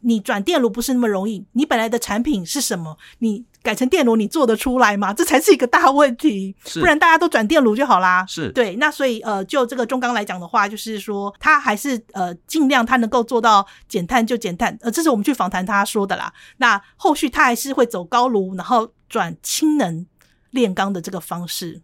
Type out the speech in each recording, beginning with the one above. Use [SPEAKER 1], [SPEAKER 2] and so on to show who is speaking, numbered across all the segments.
[SPEAKER 1] 你转电炉不是那么容易，你本来的产品是什么？你改成电炉，你做得出来吗？这才是一个大问题。
[SPEAKER 2] 是
[SPEAKER 1] 不然大家都转电炉就好啦。
[SPEAKER 2] 是
[SPEAKER 1] 对，那所以呃，就这个中钢来讲的话，就是说它还是呃尽量它能够做到减碳就减碳，呃，这是我们去访谈他说的啦。那后续它还是会走高炉，然后转氢能炼钢的这个方式。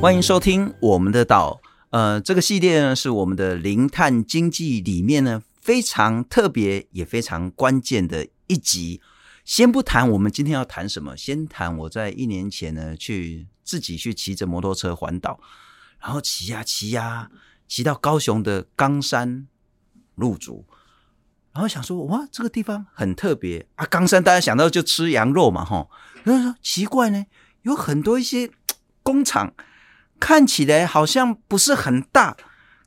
[SPEAKER 2] 欢迎收听我们的岛。呃，这个系列呢是我们的零碳经济里面呢非常特别也非常关键的一集。先不谈我们今天要谈什么，先谈我在一年前呢去自己去骑着摩托车环岛，然后骑呀、骑呀、骑到高雄的冈山入竹，然后想说哇这个地方很特别啊，冈山大家想到就吃羊肉嘛吼，然后说奇怪呢，有很多一些工厂看起来好像不是很大，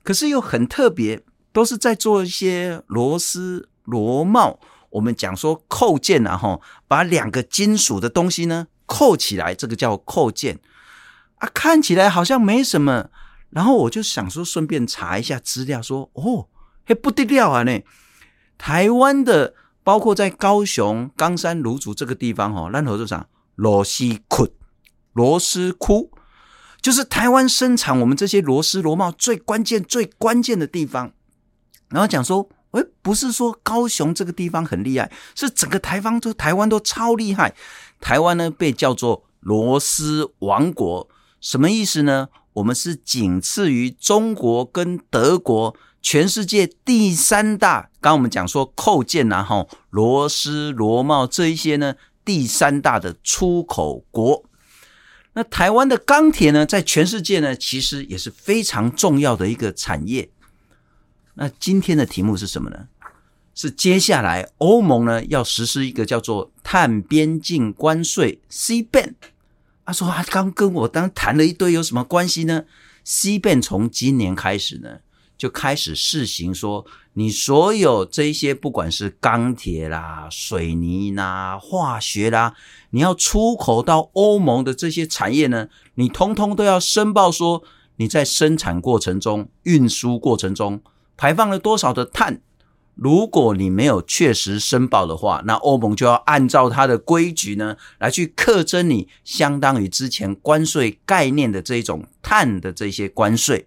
[SPEAKER 2] 可是又很特别，都是在做一些螺丝、螺帽。我们讲说扣件啊，哈，把两个金属的东西呢扣起来，这个叫扣件啊，看起来好像没什么。然后我就想说，顺便查一下资料说，哦，嘿不得了啊呢，台湾的包括在高雄、冈山、芦竹这个地方哦，咱合作厂螺丝库、螺丝窟，就是台湾生产我们这些螺丝螺帽最关键、最关键的地方。然后讲说，诶，不是说高雄这个地方很厉害，是整个台湾都台湾都超厉害。台湾呢被叫做螺丝王国，什么意思呢？我们是仅次于中国跟德国，全世界第三大。刚刚我们讲说扣件啊，哈，螺丝、螺帽这一些呢，第三大的出口国。那台湾的钢铁呢，在全世界呢，其实也是非常重要的一个产业。那今天的题目是什么呢？是接下来欧盟呢要实施一个叫做碳边境关税 （CBAN）。他说他刚跟我当谈了一堆，有什么关系呢？CBAN 从今年开始呢，就开始试行说，你所有这一些不管是钢铁啦、水泥啦、化学啦，你要出口到欧盟的这些产业呢，你通通都要申报说你在生产过程中、运输过程中排放了多少的碳。如果你没有确实申报的话，那欧盟就要按照它的规矩呢，来去课征你相当于之前关税概念的这一种碳的这些关税。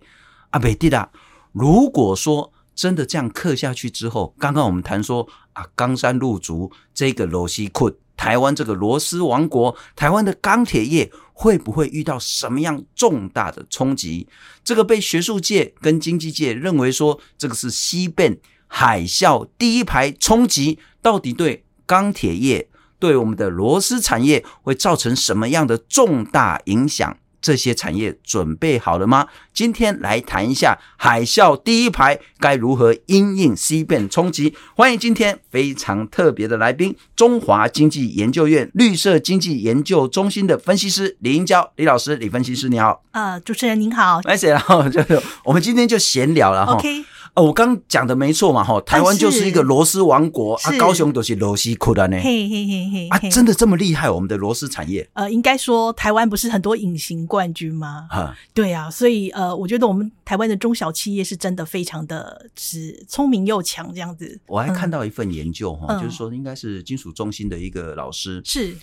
[SPEAKER 2] 啊，北地啦，如果说真的这样刻下去之后，刚刚我们谈说啊，冈山入竹这个螺丝库，台湾这个螺丝王国，台湾的钢铁业会不会遇到什么样重大的冲击？这个被学术界跟经济界认为说，这个是西变海啸第一排冲击，到底对钢铁业、对我们的螺丝产业会造成什么样的重大影响？这些产业准备好了吗？今天来谈一下海啸第一排该如何因应西变冲击。欢迎今天非常特别的来宾——中华经济研究院绿色经济研究中心的分析师李英娇李老师，李分析师你好。
[SPEAKER 1] 呃，主持人您 好
[SPEAKER 2] 而且然后就是我们今天就闲聊了哈。
[SPEAKER 1] ，OK，
[SPEAKER 2] 哦，我刚讲的没错嘛哈，台湾就是一个螺丝王国啊，
[SPEAKER 1] 是
[SPEAKER 2] 高雄都是螺丝库的呢。
[SPEAKER 1] 嘿嘿嘿嘿
[SPEAKER 2] 啊，
[SPEAKER 1] 嘿
[SPEAKER 2] 真的这么厉害？我们的螺丝产业
[SPEAKER 1] 呃，应该说台湾不是很多隐形冠军吗？
[SPEAKER 2] 啊，
[SPEAKER 1] 对啊，所以呃，我觉得我们台湾的中小企业是真的非常的是聪明又强，这样子
[SPEAKER 2] 我还看到一份研究哈，
[SPEAKER 1] 嗯
[SPEAKER 2] 就是说应该是金属中心的一个老师，
[SPEAKER 1] 是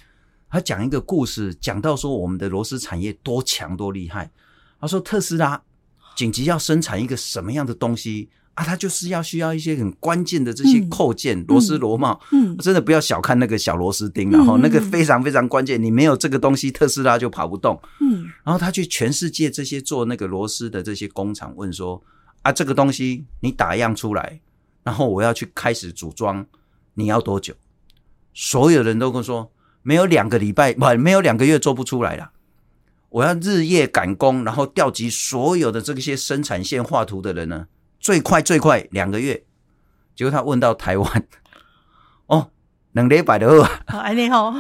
[SPEAKER 2] 他讲一个故事，讲到说我们的螺丝产业多强多厉害。他说特斯拉紧急要生产一个什么样的东西啊？他就是要需要一些很关键的这些
[SPEAKER 1] 嗯
[SPEAKER 2] 扣件，螺丝螺帽。
[SPEAKER 1] 嗯
[SPEAKER 2] 真的不要小看那个小螺丝钉啊，然后、
[SPEAKER 1] 嗯
[SPEAKER 2] 那个非常非常关键，你没有这个东西，特斯拉就跑不动。
[SPEAKER 1] 嗯
[SPEAKER 2] 然后他去全世界这些做那个螺丝的这些工厂问说啊，这个东西你打样出来，然后我要去开始组装，你要多久？所有人都跟我说没有两个礼拜，不没有两个月做不出来啦。我要日夜赶工，然后调集所有的这些生产线画图的人呢，最快最快两个月。结果他问到台湾，哦，两礼拜的啊，
[SPEAKER 1] 好， 安内吼，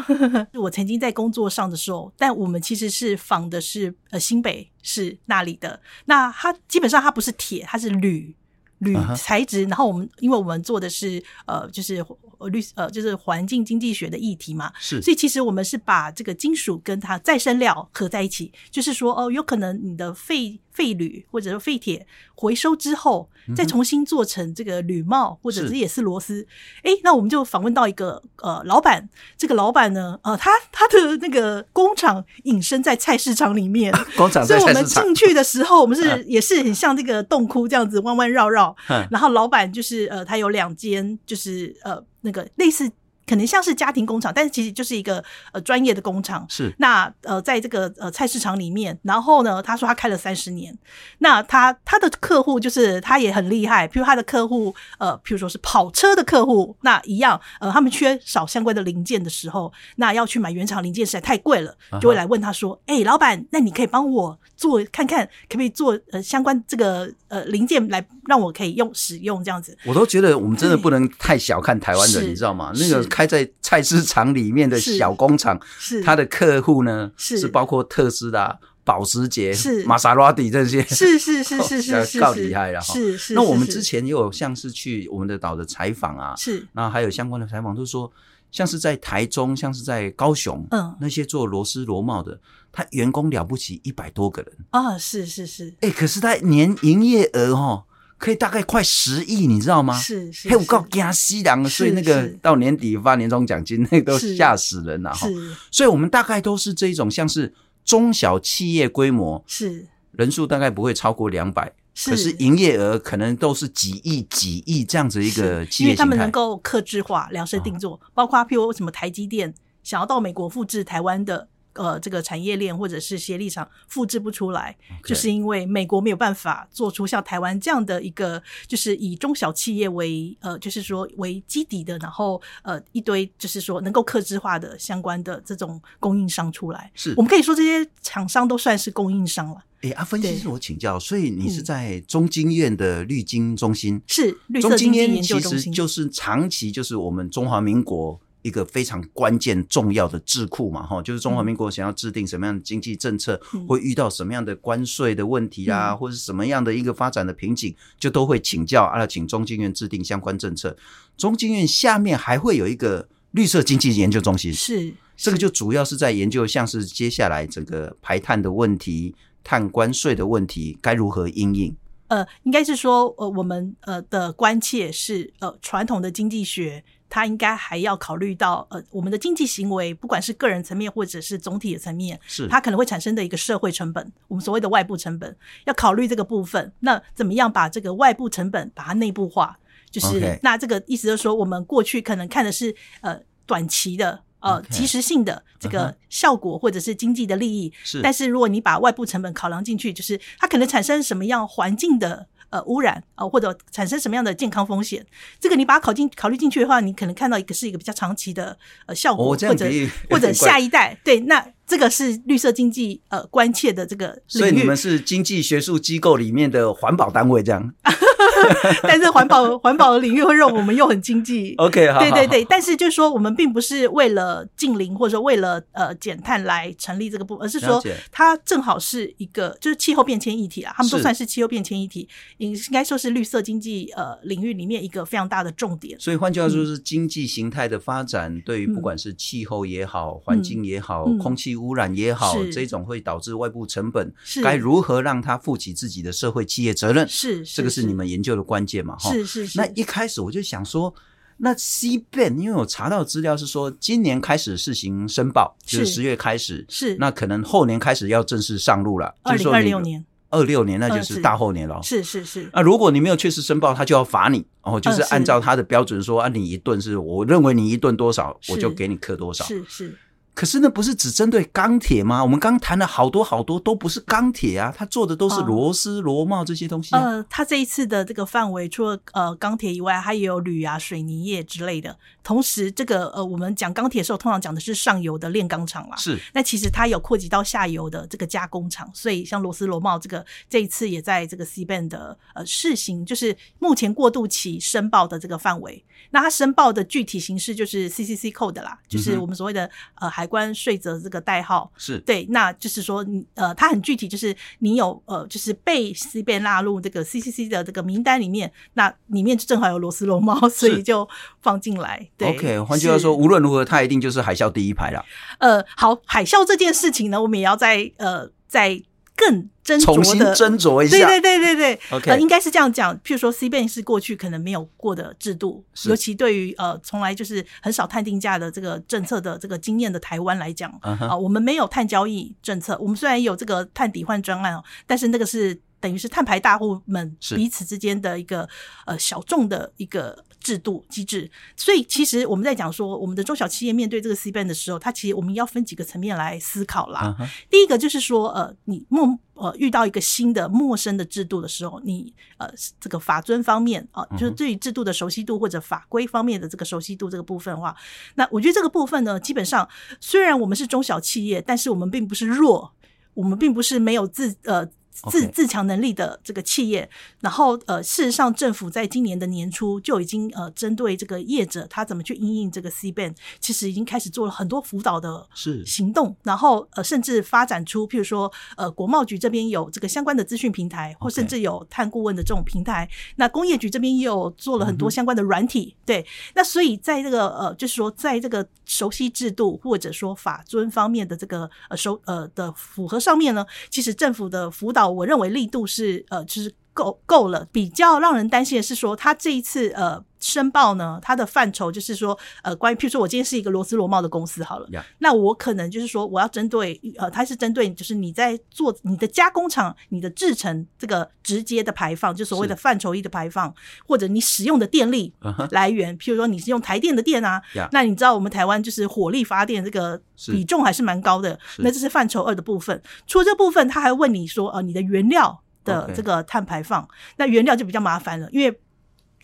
[SPEAKER 1] 我曾经在工作上的时候，但我们其实是仿的是呃新北市那里的，那它基本上它不是铁，它是铝铝
[SPEAKER 2] 嗯哼
[SPEAKER 1] 材质，然后我们因为我们做的是呃就是呃绿呃就是环境经济学的议题嘛，
[SPEAKER 2] 是
[SPEAKER 1] 所以其实我们是把这个金属跟它再生料合在一起，就是说哦，有可能你的废废铝或者是废铁回收之后，再重新做成这个铝帽或者
[SPEAKER 2] 嗯是
[SPEAKER 1] 是也是螺丝。诶，那我们就访问到一个呃老板，这个老板呢，呃，他他的那个工厂隐身在菜市场里面，
[SPEAKER 2] 工厂
[SPEAKER 1] 所
[SPEAKER 2] 在
[SPEAKER 1] 以我
[SPEAKER 2] 菜
[SPEAKER 1] 们
[SPEAKER 2] 市场，
[SPEAKER 1] 进去的时候，我们是
[SPEAKER 2] 嗯
[SPEAKER 1] 也是很像这个洞窟这样子弯弯绕绕。
[SPEAKER 2] 哼
[SPEAKER 1] 然后老板就是呃，他有两间就是呃那个类似可能像是家庭工厂，但是其实就是一个呃专业的工厂。
[SPEAKER 2] 是
[SPEAKER 1] 那呃，在这个呃菜市场里面，然后呢，他说他开了三十年，那他他的客户就是他也很厉害，譬如他的客户呃，譬如说是跑车的客户，那一样呃，他们缺少相关的零件的时候，那要去买原厂零件实在太贵了
[SPEAKER 2] 啊哈，
[SPEAKER 1] 就会来问他说，哎、老板，那你可以帮我做看看，可不可以做呃相关这个呃零件来让我可以用使用这样子？
[SPEAKER 2] 我都觉得我们真的不能太小看台湾
[SPEAKER 1] 是
[SPEAKER 2] 人，你知道吗？那个
[SPEAKER 1] 是
[SPEAKER 2] 开在菜市场里面的
[SPEAKER 1] 是
[SPEAKER 2] 小工厂，
[SPEAKER 1] 是
[SPEAKER 2] 它的客户呢
[SPEAKER 1] 是
[SPEAKER 2] 是包括特斯拉、保时捷、
[SPEAKER 1] 是
[SPEAKER 2] 玛莎拉蒂这些。
[SPEAKER 1] 是是是是
[SPEAKER 2] 哦
[SPEAKER 1] 是是
[SPEAKER 2] 够
[SPEAKER 1] 是
[SPEAKER 2] 厉害了哈
[SPEAKER 1] 是是。
[SPEAKER 2] 那我们
[SPEAKER 1] 是
[SPEAKER 2] 之前也有像是去我们的岛的采访啊，
[SPEAKER 1] 是
[SPEAKER 2] 然后还有相关的采访，都说像是在台中，像是在高雄，
[SPEAKER 1] 嗯
[SPEAKER 2] 那些做螺丝螺帽的，他员工了不起一百多个人，
[SPEAKER 1] 啊，是是是
[SPEAKER 2] 哎，可是他年营业额哦，可以大概快十亿，你知道吗？
[SPEAKER 1] 是是，
[SPEAKER 2] 嘿，我告
[SPEAKER 1] 是
[SPEAKER 2] 惊西凉，所以那个
[SPEAKER 1] 是
[SPEAKER 2] 到年底发年终奖金，那个都
[SPEAKER 1] 是
[SPEAKER 2] 吓死人啊了哈。所以我们大概都是这种像是中小企业规模，
[SPEAKER 1] 是
[SPEAKER 2] 人数大概不会超过两百，
[SPEAKER 1] 是，
[SPEAKER 2] 可是营业额可能都是几亿、几亿这样子一个
[SPEAKER 1] 是
[SPEAKER 2] 企
[SPEAKER 1] 因
[SPEAKER 2] 业
[SPEAKER 1] 为他
[SPEAKER 2] 形
[SPEAKER 1] 们能
[SPEAKER 2] 态。啊
[SPEAKER 1] 够克制化、量身定做，包括譬如为什么台积电想要到美国复制台湾的。呃，这个产业链或者是协力厂复制不出来
[SPEAKER 2] OK
[SPEAKER 1] 就是因为美国没有办法做出像台湾这样的一个，就是以中小企业为呃，就是说为基底的，然后呃一堆就是说能够克制化的相关的这种供应商出来。
[SPEAKER 2] 是
[SPEAKER 1] 我们可以说这些厂商都算是供应商了，
[SPEAKER 2] 哎，啊，分析
[SPEAKER 1] 对
[SPEAKER 2] 师，我请教，所以你是
[SPEAKER 1] 嗯
[SPEAKER 2] 在中经院的绿金中心，
[SPEAKER 1] 是绿
[SPEAKER 2] 中
[SPEAKER 1] 色
[SPEAKER 2] 经
[SPEAKER 1] 经济
[SPEAKER 2] 院
[SPEAKER 1] 研
[SPEAKER 2] 其
[SPEAKER 1] 究中
[SPEAKER 2] 实
[SPEAKER 1] 心。
[SPEAKER 2] 就是长期就是我们中华民国一个非常关键重要的智库嘛，哈，就是中华民国想要制定什么样的经济政策，
[SPEAKER 1] 嗯
[SPEAKER 2] 会遇到什么样的关税的问题啊，
[SPEAKER 1] 嗯
[SPEAKER 2] 或者是什么样的一个发展的瓶颈，就都会请教啊，请中经院制定相关政策。中经院下面还会有一个绿色经济研究中心，
[SPEAKER 1] 是
[SPEAKER 2] 这个就主要是在研究像是接下来整个排碳的问题、碳关税的问题该如何应应。
[SPEAKER 1] 呃，应该是说，呃，我们呃的关切是，呃，传统的经济学，它应该还要考虑到，呃，我们的经济行为，不管是个人层面或者是总体的层面，
[SPEAKER 2] 是
[SPEAKER 1] 它可能会产生的一个社会成本，我们所谓的外部成本，要考虑这个部分。那怎么样把这个外部成本把它内部化？就是
[SPEAKER 2] OK
[SPEAKER 1] 那这个意思就是说，我们过去可能看的是呃短期的。呃，
[SPEAKER 2] OK
[SPEAKER 1] 即时性的这
[SPEAKER 2] 嗯
[SPEAKER 1] 个效果或者是经济的利益，
[SPEAKER 2] 是
[SPEAKER 1] 但是如果你把外部成本考量进去，就是它可能产生什么样环境的呃污染啊、呃或者产生什么样的健康风险，这个你把它考进考虑进去的话，你可能看到一个是一个比较长期的呃效果，
[SPEAKER 2] 哦这样
[SPEAKER 1] 或者
[SPEAKER 2] 比喻
[SPEAKER 1] 或
[SPEAKER 2] 有
[SPEAKER 1] 者
[SPEAKER 2] 点怪
[SPEAKER 1] 下一代对，那这个是绿色经济呃关切的这个
[SPEAKER 2] 所以
[SPEAKER 1] 领
[SPEAKER 2] 你
[SPEAKER 1] 域
[SPEAKER 2] 们。是经济学术机构里面的环保单位，这样
[SPEAKER 1] 但是环保环保的领域会让我们又很经济。
[SPEAKER 2] ？OK，好，
[SPEAKER 1] 对对
[SPEAKER 2] 好，
[SPEAKER 1] 对，但是就是说，我们并不是为了近邻或者说为了呃减碳来成立这个部，而是
[SPEAKER 2] 了
[SPEAKER 1] 说
[SPEAKER 2] 解
[SPEAKER 1] 它正好是一个就是气候变迁议题啊，他们都
[SPEAKER 2] 是
[SPEAKER 1] 算是气候变迁议题，应应该说是绿色经济呃领域里面一个非常大的重点。
[SPEAKER 2] 所以换句话说，是经济形态的发展，对于不
[SPEAKER 1] 嗯
[SPEAKER 2] 管是气候也好、环境也好、
[SPEAKER 1] 嗯
[SPEAKER 2] 空气污染也好，
[SPEAKER 1] 是
[SPEAKER 2] 这种会导致外部成本，
[SPEAKER 1] 是
[SPEAKER 2] 该如何让它负起自己的社会企业责任？
[SPEAKER 1] 是是
[SPEAKER 2] 这个是你们研究的关键嘛？哈。
[SPEAKER 1] 是是是
[SPEAKER 2] 那一开始我就想说，那 C ban 因为我查到资料是说，今年开始试行申报，就是
[SPEAKER 1] 是
[SPEAKER 2] 十月开始，
[SPEAKER 1] 是
[SPEAKER 2] 那可能后年开始要正式上路了，
[SPEAKER 1] 二零二六，年
[SPEAKER 2] 二六年那就
[SPEAKER 1] 呃
[SPEAKER 2] 是
[SPEAKER 1] 是
[SPEAKER 2] 大后年了。
[SPEAKER 1] 是是是
[SPEAKER 2] 那如果你没有确实申报，他就要罚你哦，就是
[SPEAKER 1] 呃是
[SPEAKER 2] 按照他的标准说啊，你一顿是我认为你一顿多少，
[SPEAKER 1] 是
[SPEAKER 2] 我就给你克多少。
[SPEAKER 1] 是是
[SPEAKER 2] 可是那不是只针对钢铁吗？我们刚谈了好多好多都不是钢铁啊，他做的都是
[SPEAKER 1] 哦
[SPEAKER 2] 螺丝、螺帽这些东西、啊。
[SPEAKER 1] 呃，它这一次的这个范围，除了呃钢铁以外，它也有铝啊、水泥业之类的。同时，这个呃我们讲钢铁的时候，通常讲的是上游的炼钢厂啦，
[SPEAKER 2] 是
[SPEAKER 1] 那其实它有扩及到下游的这个加工厂，所以像螺丝螺帽这个这一次也在这个 C band 的呃试行，就是目前过渡期申报的
[SPEAKER 2] 嗯
[SPEAKER 1] 这个范围。那它申报的具体形式就是 CCC code 啦，就是我们所谓的呃海关税则这个代号。
[SPEAKER 2] 是
[SPEAKER 1] 对，那就是说，你呃，它很具体，就是你有呃，就是被 C 被纳入这个 CCC 的这个名单里面，那里面就正好有螺丝龙猫，所以就放进来。对
[SPEAKER 2] OK。换句话说，
[SPEAKER 1] 是
[SPEAKER 2] 无论如何，它一定就是海啸第一排啦。
[SPEAKER 1] 呃，好，海啸这件事情呢，我们也要在呃，在更斟
[SPEAKER 2] 重
[SPEAKER 1] 酌
[SPEAKER 2] 新
[SPEAKER 1] 的
[SPEAKER 2] 斟酌一
[SPEAKER 1] 对
[SPEAKER 2] 下。
[SPEAKER 1] 对对对对
[SPEAKER 2] OK
[SPEAKER 1] 呃、应该是这样讲。譬如说，C ban 是过去可能没有过的制度，
[SPEAKER 2] 是
[SPEAKER 1] 尤其对于呃从来就是很少碳定价的这个政策的这个经验的台湾来讲，啊、
[SPEAKER 2] 嗯哼
[SPEAKER 1] 我们没有碳交易政策，我们虽然有这个碳抵换专案哦，但是那个是。等于是碳排大户们
[SPEAKER 2] 是
[SPEAKER 1] 彼此之间的一个呃小众的一个制度机制，所以其实我们在讲说我们的中小企业面对这个 C ban 的时候，它其实我们要分几个层面来思考啦。
[SPEAKER 2] 嗯哼
[SPEAKER 1] 第一个就是说，呃，你陌呃遇到一个新的陌生的制度的时候，你呃这个法尊方面啊、
[SPEAKER 2] 嗯哼
[SPEAKER 1] 就是对于制度的熟悉度或者法规方面的这个熟悉度这个部分的话，那我觉得这个部分呢，基本上虽然我们是中小企业，但是我们并不是弱，我们并不是没有自呃。自
[SPEAKER 2] OK
[SPEAKER 1] 自强能力的这个企业，然后呃，事实上政府在今年的年初就已经呃，针对这个业者他怎么去应应这个 C ban，其实已经开始做了很多辅导的
[SPEAKER 2] 是
[SPEAKER 1] 行动，然后呃，甚至发展出，譬如说呃，国贸局这边有这个相关的资讯平台，或
[SPEAKER 2] OK
[SPEAKER 1] 甚至有碳顾问的这种平台。那工业局这边也有做了很多相关的软体，对。那所以在这个呃，就是说在这个熟悉制度或者说法尊方面的这个呃熟呃的符合上面呢，其实政府的辅导，我认为力度是呃，就是够够了。比较让人担心的是说，他这一次呃申报呢，它的范畴就是说呃，关于譬如说我今天是一个螺丝螺帽的公司好了
[SPEAKER 2] Yeah
[SPEAKER 1] 那我可能就是说我要针对呃，它是针对就是你在做你的加工厂、你的制成这个直接的排放，就所谓的
[SPEAKER 2] 是
[SPEAKER 1] 范畴一的排放，或者你使用的电力。
[SPEAKER 2] 嗯哼
[SPEAKER 1] 来源，譬如说你是用台电的电啊
[SPEAKER 2] Yeah
[SPEAKER 1] 那你知道我们台湾就是火力发电这个
[SPEAKER 2] 是
[SPEAKER 1] 比重还是蛮高的，
[SPEAKER 2] 是
[SPEAKER 1] 那这是范畴二的部分。除了这部分，他还问你说，呃，你的原料的
[SPEAKER 2] OK
[SPEAKER 1] 这个碳排放那原料就比较麻烦了，因为。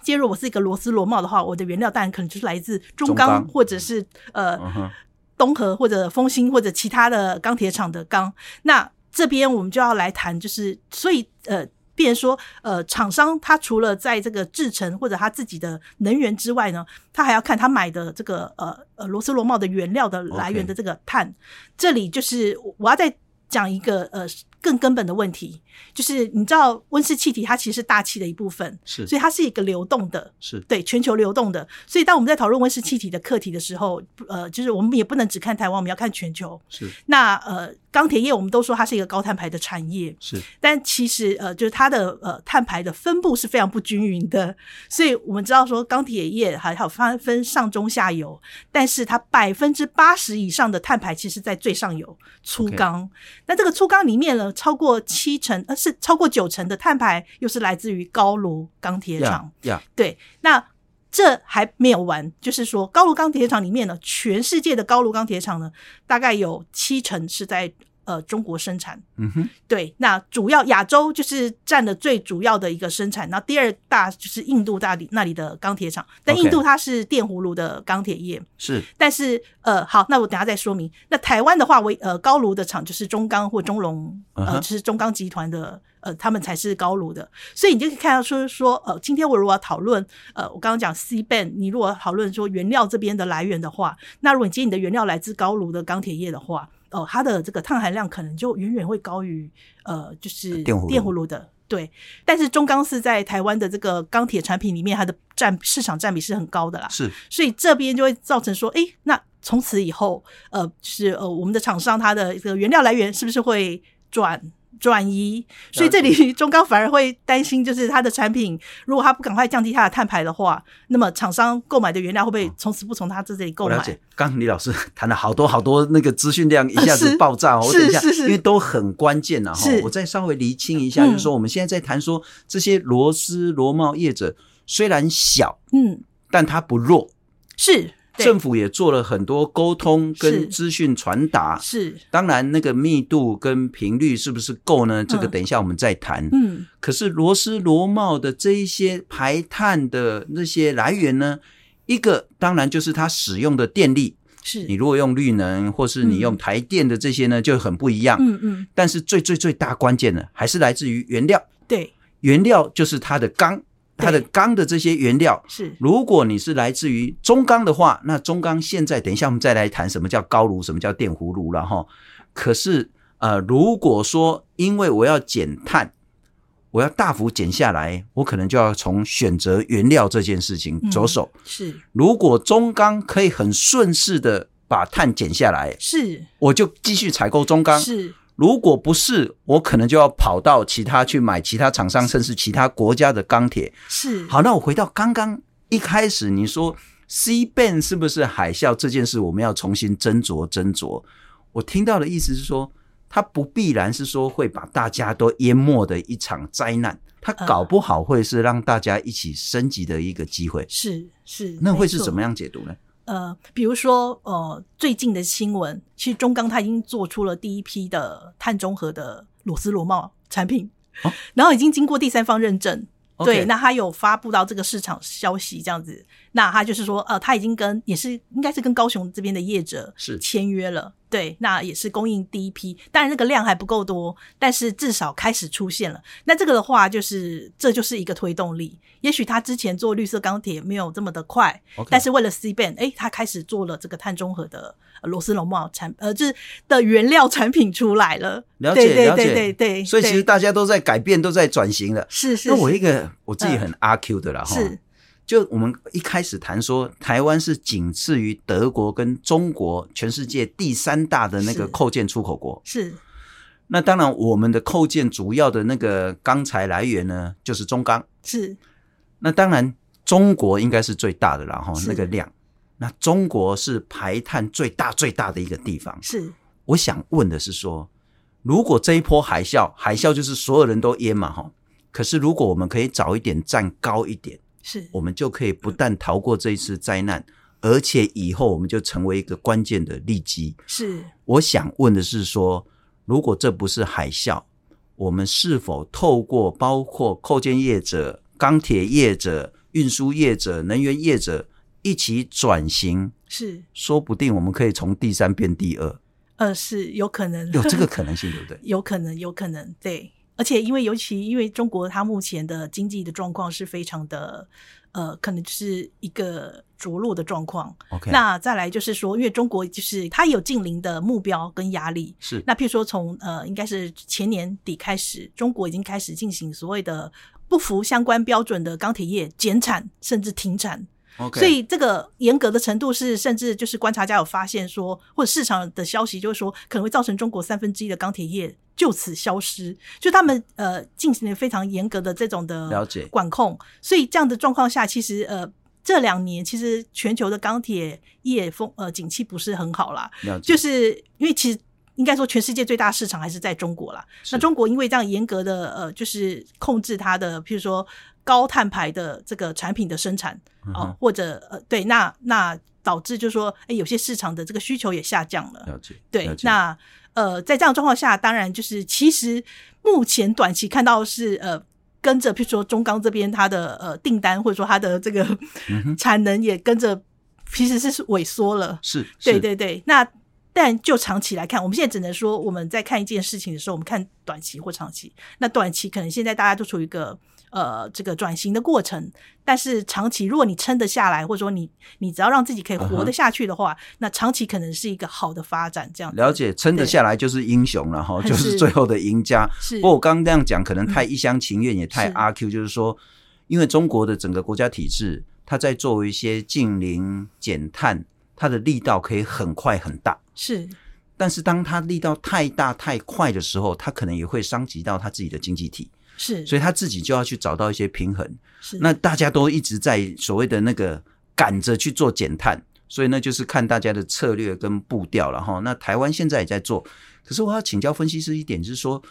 [SPEAKER 1] 接入我是一个螺丝螺帽的话，我的原料当然可能就是来自中
[SPEAKER 2] 中
[SPEAKER 1] 钢
[SPEAKER 2] 钢
[SPEAKER 1] 或者是呃、
[SPEAKER 2] 嗯哼
[SPEAKER 1] 东河或者丰兴或者其他的钢铁厂的钢。那这边我们就要来谈，就是所以呃，变成说呃，厂商他除了在这个制成或者他自己的能源之外呢，他还要看他买的这个呃呃螺丝螺帽的原料的来源
[SPEAKER 2] OK
[SPEAKER 1] 的这个碳。这里就是我我要再讲一个呃更根本的问题，就是你知道温室气体它其实是大气的一部分，
[SPEAKER 2] 是
[SPEAKER 1] 所以它是一个流动的。
[SPEAKER 2] 是
[SPEAKER 1] 对全球流动的。所以当我们在讨论温室气体的课题的时候，呃，就是我们也不能只看台湾，我们要看全球。
[SPEAKER 2] 是
[SPEAKER 1] 那呃，钢铁业我们都说它是一个高碳排的产业，
[SPEAKER 2] 是
[SPEAKER 1] 但其实呃，就是它的呃碳排的分布是非常不均匀的。所以我们知道说钢铁业还好分分上中下游，但是它百分之八十以上的碳排其实在最上游粗
[SPEAKER 2] OK
[SPEAKER 1] 钢。那这个粗钢里面呢，超过七成呃是超过九成的碳排又是来自于高炉钢铁厂。
[SPEAKER 2] 呀呀
[SPEAKER 1] 对，那这还没有完，就是说高炉钢铁厂里面呢，全世界的高炉钢铁厂呢，大概有七成是在呃中国生产。
[SPEAKER 2] 嗯哼
[SPEAKER 1] 对，那主要亚洲就是占了最主要的一个生产，那第二大就是印度那里那里的钢铁厂，但
[SPEAKER 2] OK
[SPEAKER 1] 印度它是电葫芦的钢铁业
[SPEAKER 2] 是
[SPEAKER 1] 但是呃，好，那我等一下再说明。那台湾的话，为呃高炉的厂就是中钢或中龙，
[SPEAKER 2] 嗯哼
[SPEAKER 1] 呃，就是中钢集团的，呃，他们才是高炉的。所以你就可以看到说说，呃，今天我如果要讨论，呃，我刚刚讲 C ban，你如果讨论说原料这边的来源的话，那如果你今天你的原料来自高炉的钢铁业的话，哦、它的这个碳含量可能就远远会高于呃，就是
[SPEAKER 2] 电葫芦
[SPEAKER 1] 电葫芦的。对，但是中钢是在台湾的这个钢铁产品里面，它的占市场占比是很高的啦。
[SPEAKER 2] 是
[SPEAKER 1] 所以这边就会造成说，诶，那从此以后，呃，就是呃，我们的厂商它的这个原料来源是不是会转转移？所以这里 中钢反而会担心，就是它的产品如果它不赶快降低它的碳排的话，那么厂商购买的原料会不会从此不从它这里购
[SPEAKER 2] 嗯我
[SPEAKER 1] 买
[SPEAKER 2] 了？解，刚刚李老师 谈了好多好多那个资讯量，一下子
[SPEAKER 1] 啊是
[SPEAKER 2] 爆炸哦。我
[SPEAKER 1] 是
[SPEAKER 2] 等一下，
[SPEAKER 1] 是是
[SPEAKER 2] 因为都很关键呐哈
[SPEAKER 1] 是。
[SPEAKER 2] 我再稍微厘清一下，
[SPEAKER 1] 嗯
[SPEAKER 2] 就是说我们现在在谈说这些螺丝螺帽业者虽然小，
[SPEAKER 1] 嗯，
[SPEAKER 2] 但它不弱，
[SPEAKER 1] 是，对
[SPEAKER 2] 政，府也做了很多沟通
[SPEAKER 1] 是
[SPEAKER 2] 跟资讯传达。
[SPEAKER 1] 是，
[SPEAKER 2] 当然，那个密度跟频率是不是够呢？这个
[SPEAKER 1] 嗯
[SPEAKER 2] 等一下我们再谈。
[SPEAKER 1] 嗯，
[SPEAKER 2] 可是螺丝螺帽的这一些排碳的那些来源呢？一个当然就是它使用的电力，
[SPEAKER 1] 是
[SPEAKER 2] 你，如果用绿能，或是你用
[SPEAKER 1] 嗯
[SPEAKER 2] 台电的这些呢，就很不一样。
[SPEAKER 1] 嗯嗯，
[SPEAKER 2] 但是最最最大关键的还是来自于原料，
[SPEAKER 1] 对，
[SPEAKER 2] 原料就是它的钢，它的
[SPEAKER 1] 对
[SPEAKER 2] 钢的这些原料。
[SPEAKER 1] 是
[SPEAKER 2] 如果你是来自于中钢的话，那中钢现在等一下我们再来谈什么叫高炉，什么叫电弧炉了哈。可是呃，如果说因为我要减碳，我要大幅减下来，我可能就要从选择原料这件事情
[SPEAKER 1] 嗯
[SPEAKER 2] 着手。
[SPEAKER 1] 是
[SPEAKER 2] 如果中钢可以很顺势的把碳减下来，
[SPEAKER 1] 是
[SPEAKER 2] 我就继续采购中钢。
[SPEAKER 1] 是
[SPEAKER 2] 如果不是，我可能就要跑到其他去买其他厂商，甚至其他国家的钢铁。
[SPEAKER 1] 是
[SPEAKER 2] 好，那我回到刚刚一开始你说 C ban 是不是海啸这件事，我们要重新斟酌斟酌。我听到的意思是说，它不必然是说会把大家都淹没的一场灾难，它
[SPEAKER 1] 呃
[SPEAKER 2] 搞不好会是让大家一起升级的一个机会。
[SPEAKER 1] 是是，
[SPEAKER 2] 那
[SPEAKER 1] 没
[SPEAKER 2] 会是
[SPEAKER 1] 错
[SPEAKER 2] 怎么样解读呢？
[SPEAKER 1] 呃，比如说呃，最近的新闻，其实中钢它已经做出了第一批的碳中和的裸丝裸帽产品，
[SPEAKER 2] 哦
[SPEAKER 1] 然后已经经过第三方认证。对，
[SPEAKER 2] OK
[SPEAKER 1] 那它有发布到这个市场消息这样子，那它就是说，呃，它已经跟也是应该是跟高雄这边的业者
[SPEAKER 2] 是
[SPEAKER 1] 签约了，对，那也是供应第一批，当然那个量还不够多，但是至少开始出现了。那这个的话，就是这就是一个推动力，也许它之前做绿色钢铁没有这么的快，
[SPEAKER 2] OK，
[SPEAKER 1] 但是为了 C band，哎，他开始做了这个碳中和的呃螺丝绒帽产，呃，就是的原料产品出来了。
[SPEAKER 2] 了解
[SPEAKER 1] 对
[SPEAKER 2] 了
[SPEAKER 1] 对
[SPEAKER 2] 解
[SPEAKER 1] 对对对，
[SPEAKER 2] 所以其实
[SPEAKER 1] 对
[SPEAKER 2] 大家都在改变，都在转型了。
[SPEAKER 1] 是是
[SPEAKER 2] 那我啊
[SPEAKER 1] 是嗯
[SPEAKER 2] 一个我自己很阿 Q 的啦，哈、
[SPEAKER 1] 是
[SPEAKER 2] 就我们一开始谈说，台湾是仅次于德国跟中国，全世界第三大的那个
[SPEAKER 1] 是
[SPEAKER 2] 扣件出口国。
[SPEAKER 1] 是
[SPEAKER 2] 那当然，我们的扣件主要的那个钢材来源呢，就是中钢。
[SPEAKER 1] 是
[SPEAKER 2] 那当然，中国应该是最大的啦，哈，
[SPEAKER 1] 是
[SPEAKER 2] 那个量。那中国是排碳最大最大的一个地方。
[SPEAKER 1] 是
[SPEAKER 2] 我想问的是说，如果这一波海啸，海啸就是所有人都淹嘛，哈。可是如果我们可以早一点站高一点，
[SPEAKER 1] 是
[SPEAKER 2] 我们就可以不但逃过这一次灾难，而且以后我们就成为一个关键的利基。
[SPEAKER 1] 是
[SPEAKER 2] 我想问的是说，如果这不是海啸，我们是否透过包括扣件业者、钢铁业者、运输业者、能源业者一起转型，
[SPEAKER 1] 是
[SPEAKER 2] 说不定我们可以从第三变第二，
[SPEAKER 1] 呃是有可能？
[SPEAKER 2] 有这个可能性，对不 对
[SPEAKER 1] 有可能，有可能，对。而且，因为尤其因为中国它目前的经济的状况是非常的，呃，可能就是一个着落的状况。
[SPEAKER 2] OK，
[SPEAKER 1] 那再来就是说，因为中国就是它有近邻的目标跟压力，
[SPEAKER 2] 是
[SPEAKER 1] 那譬如说从呃，应该是前年底开始，中国已经开始进行所谓的不服相关标准的钢铁业减产甚至停产。
[SPEAKER 2] OK，
[SPEAKER 1] 所以这个严格的程度是，甚至就是观察家有发现说，或者市场的消息就是说，可能会造成中国三分之一的钢铁业就此消失。就他们呃进行了非常严格的这种的
[SPEAKER 2] 了解
[SPEAKER 1] 管控，所以这样的状况下，其实呃。这两年其实全球的钢铁业风呃景气不是很好啦，
[SPEAKER 2] 了解
[SPEAKER 1] 就是因为其实应该说全世界最大市场还是在中国啦。
[SPEAKER 2] 是
[SPEAKER 1] 那中国因为这样严格的呃，就是控制它的，譬如说高碳排的这个产品的生产
[SPEAKER 2] 嗯
[SPEAKER 1] 哦、
[SPEAKER 2] 哼
[SPEAKER 1] 或者呃对，那那导致就是说，哎，有些市场的这个需求也下降了。
[SPEAKER 2] 了解，
[SPEAKER 1] 对
[SPEAKER 2] 了，解
[SPEAKER 1] 那呃，在这样的状况下，当然就是其实目前短期看到的是呃。跟着，譬如说中钢这边它的呃订单，或者说它的这个
[SPEAKER 2] 嗯哼
[SPEAKER 1] 产能也跟着，其实是萎缩了。
[SPEAKER 2] 是，是
[SPEAKER 1] 对对对，那但就长期来看，我们现在只能说，我们在看一件事情的时候，我们看短期或长期。那短期可能现在大家都处于一个呃这个转型的过程，但是长期如果你撑得下来，或者说你你只要让自己可以活
[SPEAKER 2] 嗯哼
[SPEAKER 1] 得下去的话那长期可能是一个好的发展。这样子
[SPEAKER 2] 了解，撑得
[SPEAKER 1] 对
[SPEAKER 2] 下来就是英雄了哈，
[SPEAKER 1] 是
[SPEAKER 2] 就是最后的赢家。
[SPEAKER 1] 是嗯
[SPEAKER 2] 不过我刚刚那样讲，可能太一厢情愿，也太
[SPEAKER 1] 是
[SPEAKER 2] 阿 Q，就是说，因为中国的整个国家体制，它在作为一些近邻减碳，它的力道可以很快很大。
[SPEAKER 1] 是
[SPEAKER 2] 但是当它力道太大太快的时候，它可能也会伤及到它自己的经济体，
[SPEAKER 1] 是，
[SPEAKER 2] 所以它自己就要去找到一些平衡。
[SPEAKER 1] 是
[SPEAKER 2] 那大家都一直在所谓的那个赶着去做减碳，所以呢，就是看大家的策略跟步调了哈。那台湾现在也在做，可是我要请教分析师一点，就是说，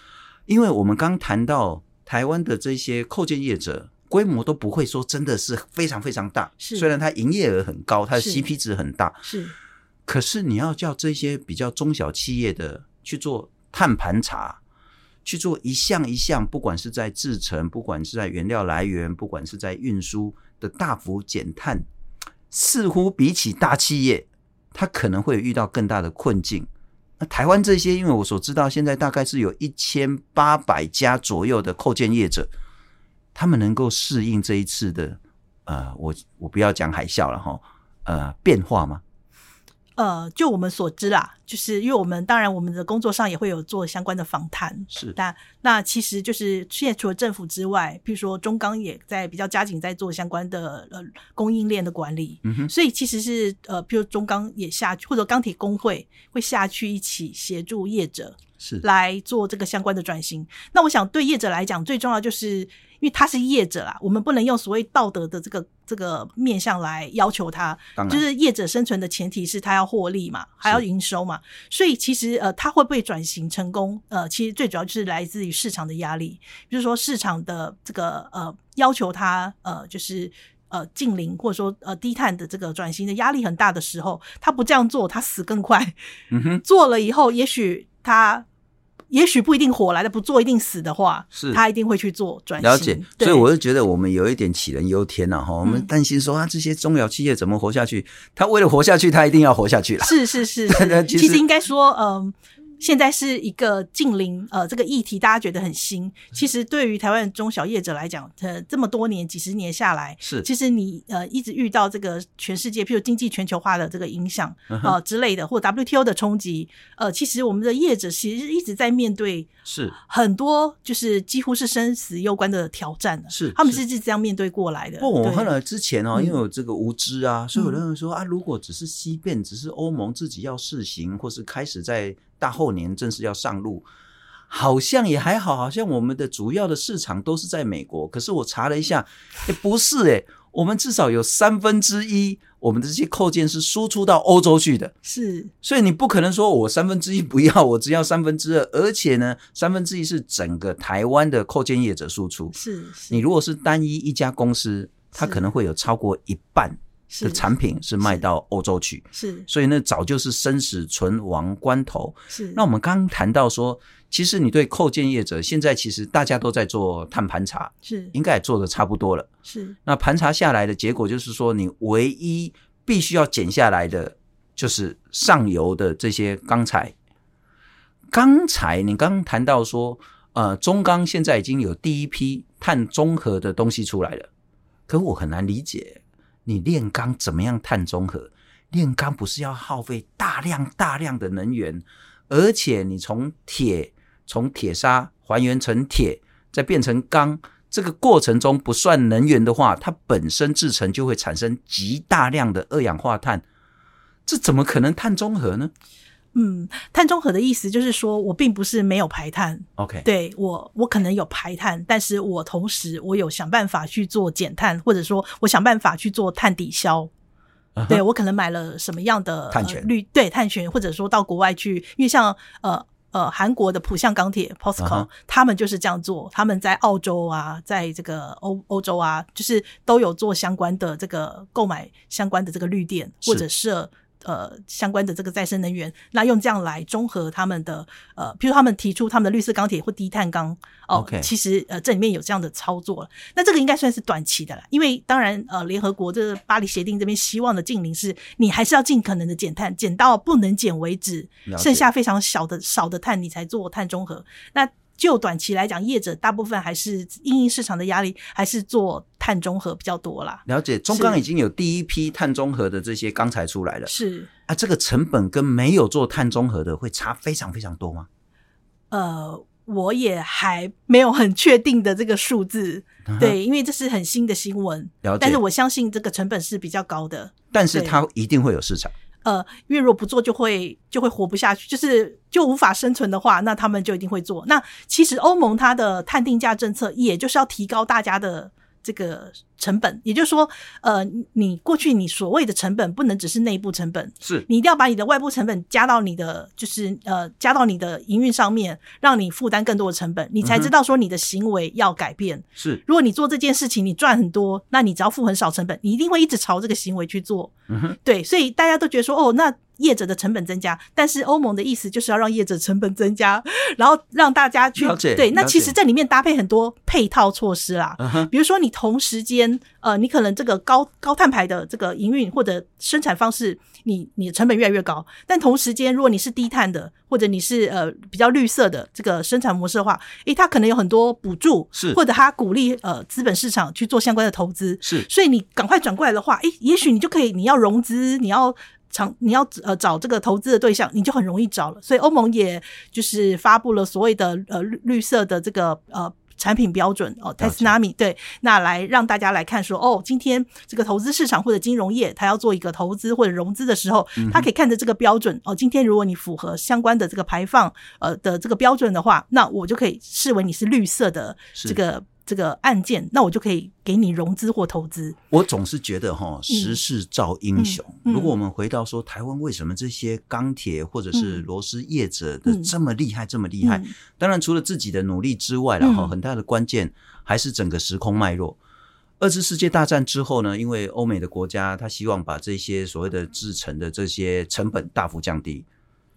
[SPEAKER 2] 因为我们刚谈到台湾的这些扣件业者。规模都不会说真的是非常非常大，
[SPEAKER 1] 是
[SPEAKER 2] 虽然它营业额很高，它的
[SPEAKER 1] 是
[SPEAKER 2] CP 值很大，
[SPEAKER 1] 是
[SPEAKER 2] 可是你要叫这些比较中小企业的去做碳盘查，去做一项一项，不管是在制成，不管是在原料来源，不管是在运输的大幅减碳，似乎比起大企业，它可能会遇到更大的困境。那台湾这些，因为我所知道，现在大概是有一千八百家左右的扣件业者，他们能够适应这一次的呃，我我不要讲海啸了哈，呃，变化吗？
[SPEAKER 1] 呃，就我们所知啦，就是因为我们当然我们的工作上也会有做相关的访谈，
[SPEAKER 2] 是
[SPEAKER 1] 那那其实就是现在除了政府之外，譬如说中钢也在比较加紧在做相关的呃供应链的管理，
[SPEAKER 2] 嗯哼
[SPEAKER 1] 所以其实是呃，譬如中钢也下去，或者钢铁工会会下去一起协助业者
[SPEAKER 2] 是
[SPEAKER 1] 来做这个相关的转型。那我想对业者来讲，最重要就是因为他是业者啊啦，我们不能用所谓道德的这个这个面向来要求他，
[SPEAKER 2] 当然
[SPEAKER 1] 就是业者生存的前提是他要获利嘛，还要营收嘛。所以其实呃，他会不会转型成功，呃，其实最主要就是来自于市场的压力，比如说市场的这个呃要求他呃就是。呃，近零或者说呃低碳的这个转型的压力很大的时候，他不这样做，他死更快。
[SPEAKER 2] 嗯哼，
[SPEAKER 1] 做了以后，也许他也许不一定火来的，不做一定死的话，
[SPEAKER 2] 是
[SPEAKER 1] 他一定会去做转型。
[SPEAKER 2] 了解，
[SPEAKER 1] 对
[SPEAKER 2] 所以我就觉得我们有一点杞人忧天了、哈。我们
[SPEAKER 1] 嗯
[SPEAKER 2] 担心说啊，这些中小企业怎么活下去？他为了活下去，他一定要活下去了。
[SPEAKER 1] 是是是
[SPEAKER 2] 对对
[SPEAKER 1] 是，
[SPEAKER 2] 其
[SPEAKER 1] 其
[SPEAKER 2] 实
[SPEAKER 1] 实应该说，嗯、现在是一个近邻呃这个议题，大家觉得很新。其实对于台湾中小业者来讲，呃，这么多年几十年下来，
[SPEAKER 2] 是
[SPEAKER 1] 其实你呃一直遇到这个全世界，譬如经济全球化的这个影响
[SPEAKER 2] 嗯
[SPEAKER 1] 呃之类的，或 WTO 的冲击，呃，其实我们的业者其实一直在面对
[SPEAKER 2] 是
[SPEAKER 1] 很多就是几乎是生死攸关的挑战的，
[SPEAKER 2] 是
[SPEAKER 1] 他们
[SPEAKER 2] 是
[SPEAKER 1] 是一直这样面对过来的。
[SPEAKER 2] 不，我
[SPEAKER 1] 对
[SPEAKER 2] 看了之前哦，
[SPEAKER 1] 嗯
[SPEAKER 2] 因为有这个无知啊，所以有的人说啊，如果只是西变，只是欧盟自己要试行，或是开始在大后年正式要上路，好像也还好，好像我们的主要的市场都是在美国。可是我查了一下，诶不是诶，我们至少有三分之一，我们的这些扣件是输出到欧洲去的。
[SPEAKER 1] 是
[SPEAKER 2] 所以你不可能说我三分之一不要，我只要三分之二，而且呢，三分之一是整个台湾的扣件业者输出。
[SPEAKER 1] 是是
[SPEAKER 2] 你如果是单一一家公司，它
[SPEAKER 1] 是
[SPEAKER 2] 可能会有超过一半的
[SPEAKER 1] 是
[SPEAKER 2] 产品是卖到欧洲去，
[SPEAKER 1] 是
[SPEAKER 2] 所以呢，早就是生死存亡关头。
[SPEAKER 1] 是
[SPEAKER 2] 那我们刚刚谈到说，其实你对扣件业者现在其实大家都在做碳盘查，
[SPEAKER 1] 是
[SPEAKER 2] 应该也做的差不多了。
[SPEAKER 1] 是
[SPEAKER 2] 那盘查下来的结果就是说，你唯一必须要减下来的就是上游的这些钢材。钢材，你刚刚谈到说，呃，中钢现在已经有第一批碳中和的东西出来了，可我很难理解，你炼钢怎么样碳中和？炼钢不是要耗费大量大量的能源，而且你从铁从铁砂还原成铁，再变成钢，这个过程中不算能源的话，它本身制成就会产生极大量的二氧化碳，这怎么可能碳中和呢
[SPEAKER 1] 嗯，碳中和的意思就是说我并不是没有排碳，
[SPEAKER 2] ？OK，
[SPEAKER 1] 对我我可能有排碳，但是我同时我有想办法去做减碳，或者说我想办法去做碳抵消。
[SPEAKER 2] 啊哈
[SPEAKER 1] 对我可能买了什么样的
[SPEAKER 2] 碳权
[SPEAKER 1] 呃绿对碳权，或者说到国外去，因为像呃呃韩国的浦项钢铁 POSCO，、
[SPEAKER 2] 啊哈
[SPEAKER 1] 他们就是这样做，他们在澳洲啊，在这个欧欧洲啊，就是都有做相关的这个购买相关的这个绿电，
[SPEAKER 2] 是
[SPEAKER 1] 或者设。呃，相关的这个再生能源，那用这样来中和他们的呃，譬如他们提出他们的绿色钢铁或低碳钢哦
[SPEAKER 2] OK
[SPEAKER 1] 其实呃这里面有这样的操作，那这个应该算是短期的啦，因为当然呃，联合国这个巴黎协定这边希望的近邻是，你还是要尽可能的减碳，减到不能减为止
[SPEAKER 2] 了，解
[SPEAKER 1] 剩下非常小的少的碳，你才做碳中和。那就短期来讲，业者大部分还是因应市场的压力，还是做碳中和比较多啦。
[SPEAKER 2] 了解，中钢已经有第一批碳中和的这些钢材出来了
[SPEAKER 1] 是，
[SPEAKER 2] 啊，这个成本跟没有做碳中和的会差非常非常多吗？
[SPEAKER 1] 呃，我也还没有很确定的这个数字，
[SPEAKER 2] 啊哈，
[SPEAKER 1] 对，因为这是很新的新闻，
[SPEAKER 2] 了解，
[SPEAKER 1] 但是我相信这个成本是比较高的。
[SPEAKER 2] 但是
[SPEAKER 1] 对
[SPEAKER 2] 它一定会有市场。
[SPEAKER 1] 呃，因为如果不做就会就会活不下去，就是就无法生存的话，那他们就一定会做。那其实欧盟它的碳定价政策，也就是要提高大家的这个成本，也就是说，呃，你过去你所谓的成本不能只是内部成本，
[SPEAKER 2] 是
[SPEAKER 1] 你一定要把你的外部成本加到你的，就是呃，加到你的营运上面，让你负担更多的成本，你才知道说你的行为要改变。
[SPEAKER 2] 是，
[SPEAKER 1] 如果你做这件事情，你赚很多，那你只要付很少成本，你一定会一直朝这个行为去做。
[SPEAKER 2] 嗯哼，
[SPEAKER 1] 对，所以大家都觉得说，哦，那业者的成本增加，但是欧盟的意思就是要让业者成本增加，然后让大家去
[SPEAKER 2] 了解
[SPEAKER 1] 对。那
[SPEAKER 2] 了
[SPEAKER 1] 其
[SPEAKER 2] 解
[SPEAKER 1] 实这里面搭配很多配套措施啦，
[SPEAKER 2] 嗯哼，
[SPEAKER 1] 比如说你同时间，呃，你可能这个高高碳排的这个营运或者生产方式，你你的成本越来越高，但同时间如果你是低碳的，或者你是呃比较绿色的这个生产模式的话，诶，它可能有很多补助，
[SPEAKER 2] 是
[SPEAKER 1] 或者它鼓励呃资本市场去做相关的投资，
[SPEAKER 2] 是
[SPEAKER 1] 所以你赶快转过来的话，诶，也许你就可以，你要融资，你要。长你要呃找这个投资的对象，你就很容易找了。所以欧盟也就是发布了所谓的呃绿绿色的这个呃产品标准哦 t e
[SPEAKER 2] 解
[SPEAKER 1] s n a m i 对，那来让大家来看说，哦，今天这个投资市场或者金融业，它要做一个投资或者融资的时候，
[SPEAKER 2] 嗯
[SPEAKER 1] 它可以看着这个标准哦。今天如果你符合相关的这个排放呃的这个标准的话，那我就可以视为你是绿色的
[SPEAKER 2] 是
[SPEAKER 1] 这个这个案件，那我就可以给你融资或投资。
[SPEAKER 2] 我总是觉得哈，时势造英雄。
[SPEAKER 1] 嗯嗯
[SPEAKER 2] 如果我们回到说台湾为什么这些钢铁或者是
[SPEAKER 1] 嗯
[SPEAKER 2] 螺丝业者的
[SPEAKER 1] 嗯
[SPEAKER 2] 这么厉害，这么厉害，
[SPEAKER 1] 嗯
[SPEAKER 2] 当然，除了自己的努力之外啦，然后
[SPEAKER 1] 嗯
[SPEAKER 2] 很大的关键还是整个时空脉络。二次世界大战之后呢，因为欧美的国家，他希望把这些所谓的制成的这些成本大幅降低，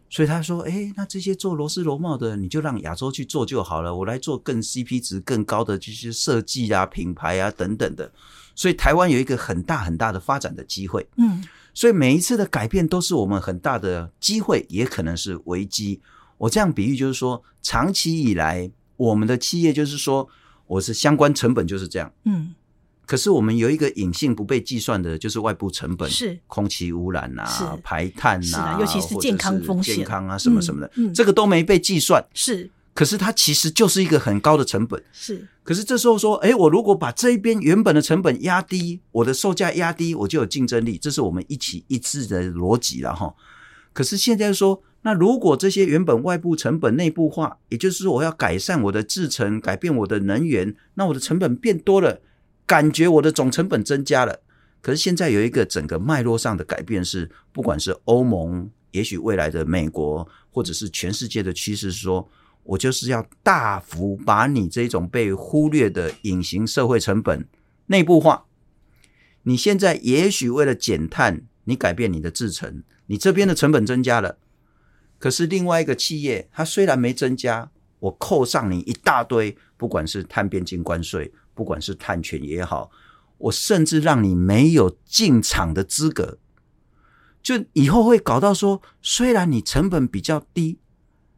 [SPEAKER 2] 所以他说：“哎，那这些做螺丝螺帽的，你就让亚洲去做就好了，我来做更 CP 值更高的这些设计啊、品牌啊等等的。”所以台湾有一个很大很大的发展的机会。
[SPEAKER 1] 嗯
[SPEAKER 2] 所以每一次的改变都是我们很大的机会，也可能是危机。我这样比喻就是说，长期以来我们的企业就是说，我是相关成本就是这样。
[SPEAKER 1] 嗯，
[SPEAKER 2] 可是我们有一个隐性不被计算的，就是外部成本，
[SPEAKER 1] 是
[SPEAKER 2] 空气污染啊
[SPEAKER 1] 是、
[SPEAKER 2] 排碳
[SPEAKER 1] 是
[SPEAKER 2] 啊
[SPEAKER 1] 的，尤其是
[SPEAKER 2] 或者
[SPEAKER 1] 健康风险
[SPEAKER 2] 健康啊什么什么的，
[SPEAKER 1] 嗯嗯
[SPEAKER 2] 这个都没被计算。
[SPEAKER 1] 是
[SPEAKER 2] 可是它其实就是一个很高的成本。
[SPEAKER 1] 是
[SPEAKER 2] 可是这时候说，哎，我如果把这一边原本的成本压低，我的售价压低，我就有竞争力，这是我们一起一致的逻辑了哈。可是现在说，那如果这些原本外部成本内部化，也就是说我要改善我的制成，改变我的能源，那我的成本变多了，感觉我的总成本增加了。可是现在有一个整个脉络上的改变是，不管是欧盟，也许未来的美国，或者是全世界的趋势是说。我就是要大幅把你这种被忽略的隐形社会成本内部化。你现在也许为了减碳，你改变你的制成，你这边的成本增加了，可是另外一个企业它虽然没增加，我扣上你一大堆，不管是碳边境关税，不管是碳权也好，我甚至让你没有进场的资格。就以后会搞到说，虽然你成本比较低，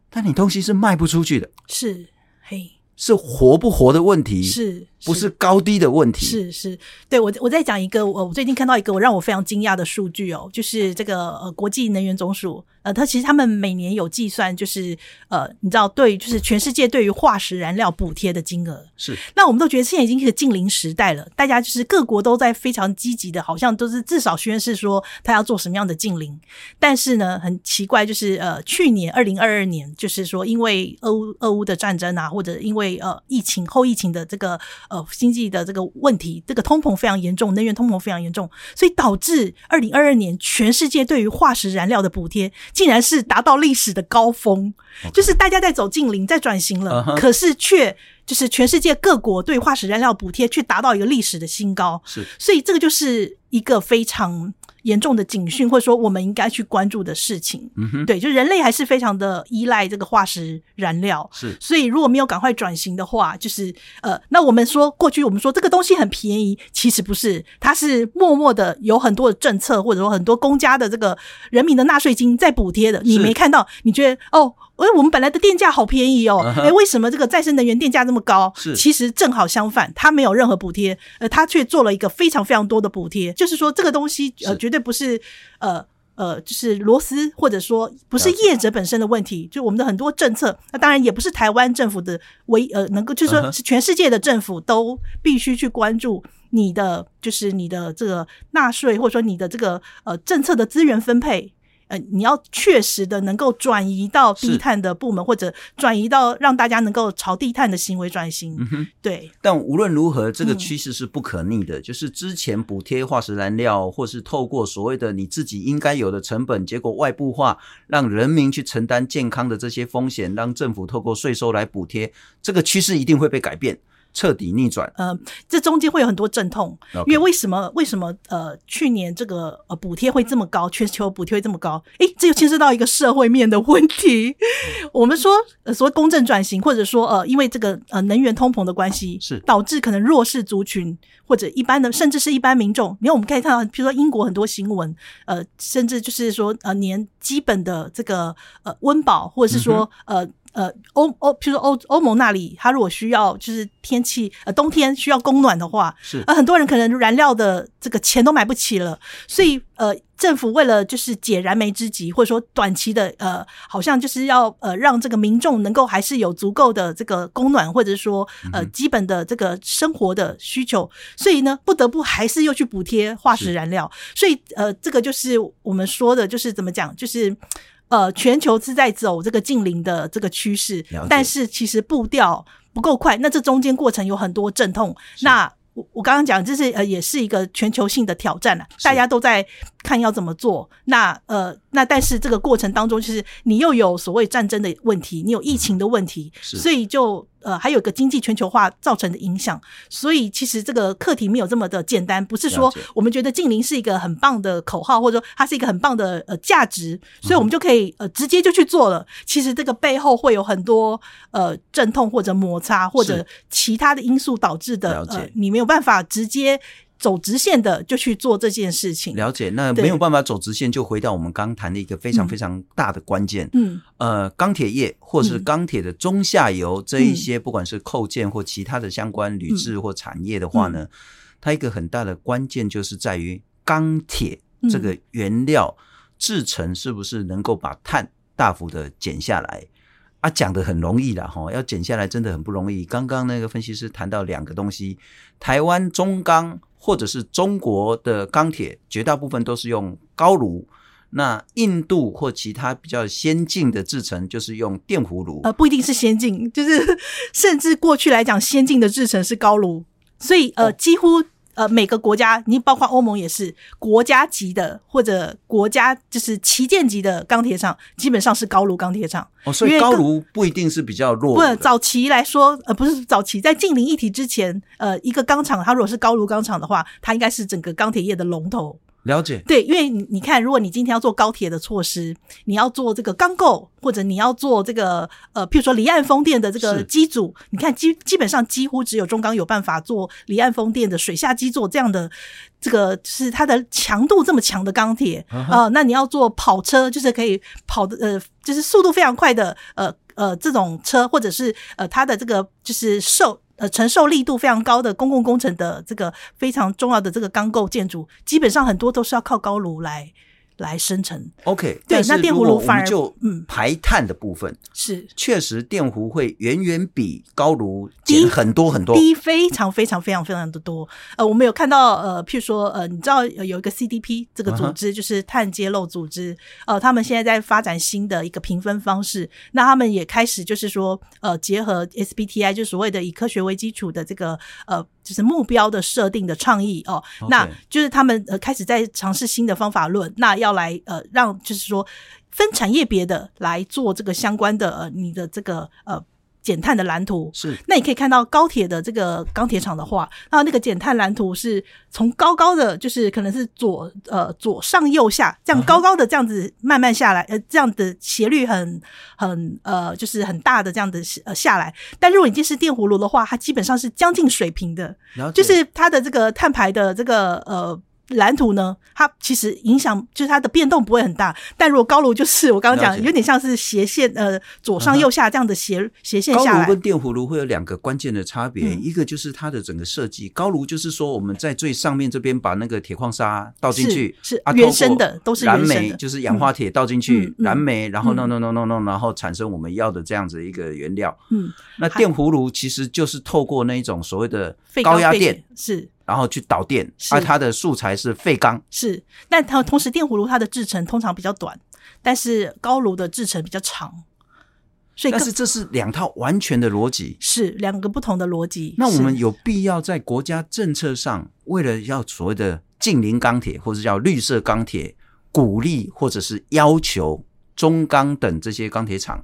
[SPEAKER 2] 但你东西是卖不出去的，
[SPEAKER 1] 是，嘿，
[SPEAKER 2] 是活不活的问题，
[SPEAKER 1] 是
[SPEAKER 2] 不是高低的问题？
[SPEAKER 1] 是是，对我我再讲一个，我我最近看到一个我让我非常惊讶的数据哦，就是这个呃国际能源总署，呃，它其实他们每年有计算，就是呃，你知道对于，就是全世界对于化石燃料补贴的金额，
[SPEAKER 2] 是
[SPEAKER 1] 那我们都觉得现在已经是近邻时代了，大家就是各国都在非常积极的，好像都是至少宣示说他要做什么样的近邻。但是呢，很奇怪，就是呃，去年二零二二年，就是说因为俄乌俄乌的战争啊，或者因为呃疫情后疫情的这个呃经济的这个问题，这个通膨非常严重，能源通膨非常严重，所以导致二零二二年全世界对于化石燃料的补贴竟然是达到历史的高峰。就是大家在走近邻，在转型了
[SPEAKER 2] 嗯哼
[SPEAKER 1] 可是却就是全世界各国对化石燃料补贴却达到一个历史的新高，
[SPEAKER 2] 是
[SPEAKER 1] 所以这个就是一个非常严重的警讯，或者说我们应该去关注的事情。
[SPEAKER 2] 嗯哼，
[SPEAKER 1] 对，就人类还是非常的依赖这个化石燃料。
[SPEAKER 2] 是
[SPEAKER 1] 所以，如果没有赶快转型的话，就是呃，那我们说过去我们说这个东西很便宜，其实不是，它是默默的有很多的政策，或者说很多公家的这个人民的纳税金在补贴的，你
[SPEAKER 2] 是
[SPEAKER 1] 没看到，你觉得哦，哎，我们本来的电价好便宜哦
[SPEAKER 2] 嗯，哼
[SPEAKER 1] 哎、为什么这个再生能源电价这么高？
[SPEAKER 2] 是
[SPEAKER 1] 其实正好相反，它没有任何补贴，呃，它却做了一个非常非常多的补贴，就是说这个东西呃，
[SPEAKER 2] 是
[SPEAKER 1] 绝对不是呃。呃，就是螺丝，或者说不是
[SPEAKER 2] 了解
[SPEAKER 1] 业者本身的问题，就我们的很多政策，那当然也不是台湾政府的唯呃能够，就是
[SPEAKER 2] 嗯哼
[SPEAKER 1] 说是全世界的政府都必须去关注你的，就是你的这个纳税，或者说你的这个呃政策的资源分配。呃，你要确实的能够转移到
[SPEAKER 2] 是
[SPEAKER 1] 低碳的部门，或者转移到让大家能够朝低碳的行为转型。
[SPEAKER 2] 嗯哼
[SPEAKER 1] 对，
[SPEAKER 2] 但无论如何，这个
[SPEAKER 1] 嗯
[SPEAKER 2] 趋势是不可逆的。就是之前补贴化石燃料，或是透过所谓的你自己应该有的成本，结果外部化，让人民去承担健康的这些风险，让政府透过税收来补贴，这个趋势一定会被改变。彻底逆转。
[SPEAKER 1] 呃，这中间会有很多阵痛，
[SPEAKER 2] OK
[SPEAKER 1] 因为为什么为什么呃去年这个呃补贴会这么高，全球补贴会这么高？诶，这又牵涉到一个社会面的问题。
[SPEAKER 2] 嗯
[SPEAKER 1] 我们说呃所谓公正转型，或者说呃因为这个呃能源通膨的关系，
[SPEAKER 2] 是
[SPEAKER 1] 导致可能弱势族群或者一般的甚至是一般民众，因为我们可以看到，比如说英国很多新闻，呃，甚至就是说呃连基本的这个呃温饱，或者是说、
[SPEAKER 2] 嗯
[SPEAKER 1] 呃。呃，欧欧，譬如说欧欧盟那里，它如果需要就是天气呃冬天需要供暖的话，
[SPEAKER 2] 是
[SPEAKER 1] 呃，很多人可能燃料的这个钱都买不起了，所以呃，政府为了就是解燃眉之急，或者说短期的呃，好像就是要呃让这个民众能够还是有足够的这个供暖，或者说呃基本的这个生活的需求，所以呢，不得不还是又去补贴化石燃料，所以呃，这个就是我们说的，就是怎么讲，就是。呃，全球是在走这个近邻的这个趋势
[SPEAKER 2] 了解，
[SPEAKER 1] 但是其实步调不够快，那这中间过程有很多阵痛，那我我刚刚讲，这是呃，也是一个全球性的挑战了、大家都在看要怎么做。那呃，那但是这个过程当中，就是你又有所谓战争的问题，你有疫情的问题，
[SPEAKER 2] 是
[SPEAKER 1] 所以就呃，还有一个经济全球化造成的影响。所以其实这个课题没有这么的简单，不是
[SPEAKER 2] 了
[SPEAKER 1] 说
[SPEAKER 2] 解
[SPEAKER 1] 我们觉得近邻是一个很棒的口号，或者说它是一个很棒的呃价
[SPEAKER 2] 嗯
[SPEAKER 1] 值，所以我们就可以呃直接就去做了。其实这个背后会有很多呃阵痛或者摩擦或
[SPEAKER 2] 是
[SPEAKER 1] 者其他的因素导致的。
[SPEAKER 2] 了
[SPEAKER 1] 的，
[SPEAKER 2] 解
[SPEAKER 1] 呃，你没有办法直接走直线的就去做这件事情。
[SPEAKER 2] 了解，那
[SPEAKER 1] 对
[SPEAKER 2] 没有办法走直线，就回到我们刚谈的一个非常
[SPEAKER 1] 嗯
[SPEAKER 2] 非常大的关键，
[SPEAKER 1] 嗯
[SPEAKER 2] 呃，钢铁业或是
[SPEAKER 1] 嗯
[SPEAKER 2] 钢铁的中下游这一些，不管是扣件或其他的相关铝制或产业的话呢，它一个很大的关键就是在于钢铁
[SPEAKER 1] 嗯
[SPEAKER 2] 这个原料制成是不是能够把碳大幅的减下来。啊，讲的很容易啦，哈，要减下来真的很不容易。刚刚那个分析师谈到两个东西，台湾中钢或者是中国的钢铁，绝大部分都是用高炉。那印度或其他比较先进的制成，就是用电弧炉。
[SPEAKER 1] 呃，不一定是先进，就是 甚至过去来讲，先进的制成是高炉，所以呃，几乎呃每个国家，你包括欧盟也是国家级的或者国家就是旗舰级的钢铁厂，基本上是高炉钢铁厂。
[SPEAKER 2] 哦，所
[SPEAKER 1] 因
[SPEAKER 2] 以
[SPEAKER 1] 为
[SPEAKER 2] 高
[SPEAKER 1] 更
[SPEAKER 2] 炉不一定是比较弱
[SPEAKER 1] 不
[SPEAKER 2] 的。，
[SPEAKER 1] 早期来说，呃，不是早期，在近邻一体之前，呃，一个钢厂它如果是高炉钢厂的话，它应该是整个钢铁业的龙头。
[SPEAKER 2] 了解，
[SPEAKER 1] 对，因为你你看，如果你今天要做高铁的措施，你要做这个钢构，或者你要做这个呃，譬如说离岸风电的这
[SPEAKER 2] 是
[SPEAKER 1] 个机组，你看基基本上几乎只有中钢有办法做离岸风电的水下基座这样的。这个就是它的强度这么强的钢铁
[SPEAKER 2] 啊
[SPEAKER 1] 啊、
[SPEAKER 2] 哈
[SPEAKER 1] 呃那你要做跑车，就是可以跑的呃，就是速度非常快的呃呃这种车，或者是呃它的这个就是受呃承受力度非常高的公共工程的这个非常重要的这个钢构建筑，基本上很多都是要靠高炉来来生成。
[SPEAKER 2] OK。
[SPEAKER 1] 对
[SPEAKER 2] 但是
[SPEAKER 1] 那电
[SPEAKER 2] 如
[SPEAKER 1] 弧
[SPEAKER 2] 果
[SPEAKER 1] 炉
[SPEAKER 2] 我
[SPEAKER 1] 反
[SPEAKER 2] 们
[SPEAKER 1] 而
[SPEAKER 2] 就
[SPEAKER 1] 嗯
[SPEAKER 2] 排碳的部分，
[SPEAKER 1] 是
[SPEAKER 2] 确实电弧会远远比高炉
[SPEAKER 1] 低
[SPEAKER 2] 减很多很多。
[SPEAKER 1] 低非常非常非常非常的多。呃，我们有看到呃，譬如说呃，你知道呃有一个 CDP 这
[SPEAKER 2] 嗯
[SPEAKER 1] 个组织，就是碳揭露组织，呃，他们现在在发展新的一个评分方式。那他们也开始就是说呃，结合 SBTI，就是所谓的以科学为基础的这个呃，就是目标的设定的倡议哦、
[SPEAKER 2] OK
[SPEAKER 1] 那就是他们呃开始在尝试新的方法论，那要来呃让就是说分产业别的来做这个相关的呃你的这个呃减碳的蓝图。
[SPEAKER 2] 是
[SPEAKER 1] 那你可以看到高铁的这个钢铁厂的话，那那个减碳蓝图是从高高的，就是可能是左呃左上右下这样高高的这样子慢慢下来，呃这样的斜率很很呃就是很大的这样的呃下来。但如果你这是电弧炉的话，它基本上是将近水平的，
[SPEAKER 2] 了解，
[SPEAKER 1] 就是它的这个碳排的这个呃。蓝图呢，它其实影响就是它的变动不会很大，但如果高炉就是我刚刚
[SPEAKER 2] 了
[SPEAKER 1] 讲
[SPEAKER 2] 解，
[SPEAKER 1] 有点像是斜线呃左上右下这样的斜、斜线
[SPEAKER 2] 高
[SPEAKER 1] 下
[SPEAKER 2] 炉
[SPEAKER 1] 来，
[SPEAKER 2] 跟电弧炉会有两个关键的差别，
[SPEAKER 1] 嗯
[SPEAKER 2] 一个就是它的整个设计。高炉就是说我们在最上面这边把那个铁矿砂倒进去，
[SPEAKER 1] 是是
[SPEAKER 2] 啊，
[SPEAKER 1] 原生的
[SPEAKER 2] 透过
[SPEAKER 1] 都是
[SPEAKER 2] 燃
[SPEAKER 1] 原生
[SPEAKER 2] 煤，
[SPEAKER 1] 的
[SPEAKER 2] 就是氧化铁倒进去
[SPEAKER 1] 嗯，嗯
[SPEAKER 2] 燃煤，然后
[SPEAKER 1] 嗯
[SPEAKER 2] no no no no no，然后产生我们要的这样子一个原料。
[SPEAKER 1] 嗯，
[SPEAKER 2] 那
[SPEAKER 1] 还
[SPEAKER 2] 电弧炉其实就是透过那一种所谓的
[SPEAKER 1] 废
[SPEAKER 2] 高压
[SPEAKER 1] 废
[SPEAKER 2] 电，
[SPEAKER 1] 是
[SPEAKER 2] 然后去导电，啊
[SPEAKER 1] 是
[SPEAKER 2] 而它的素材是废钢。
[SPEAKER 1] 是，但它同时电弧炉它的制程通常比较短，但是高炉的制程比较长，所以
[SPEAKER 2] 但
[SPEAKER 1] 更
[SPEAKER 2] 是这是两套完全的逻辑。
[SPEAKER 1] 是两个不同的逻辑。
[SPEAKER 2] 那我
[SPEAKER 1] 是
[SPEAKER 2] 们有必要在国家政策上，为了要所谓的近邻钢铁或者叫绿色钢铁，鼓励或者是要求中钢等这些钢铁厂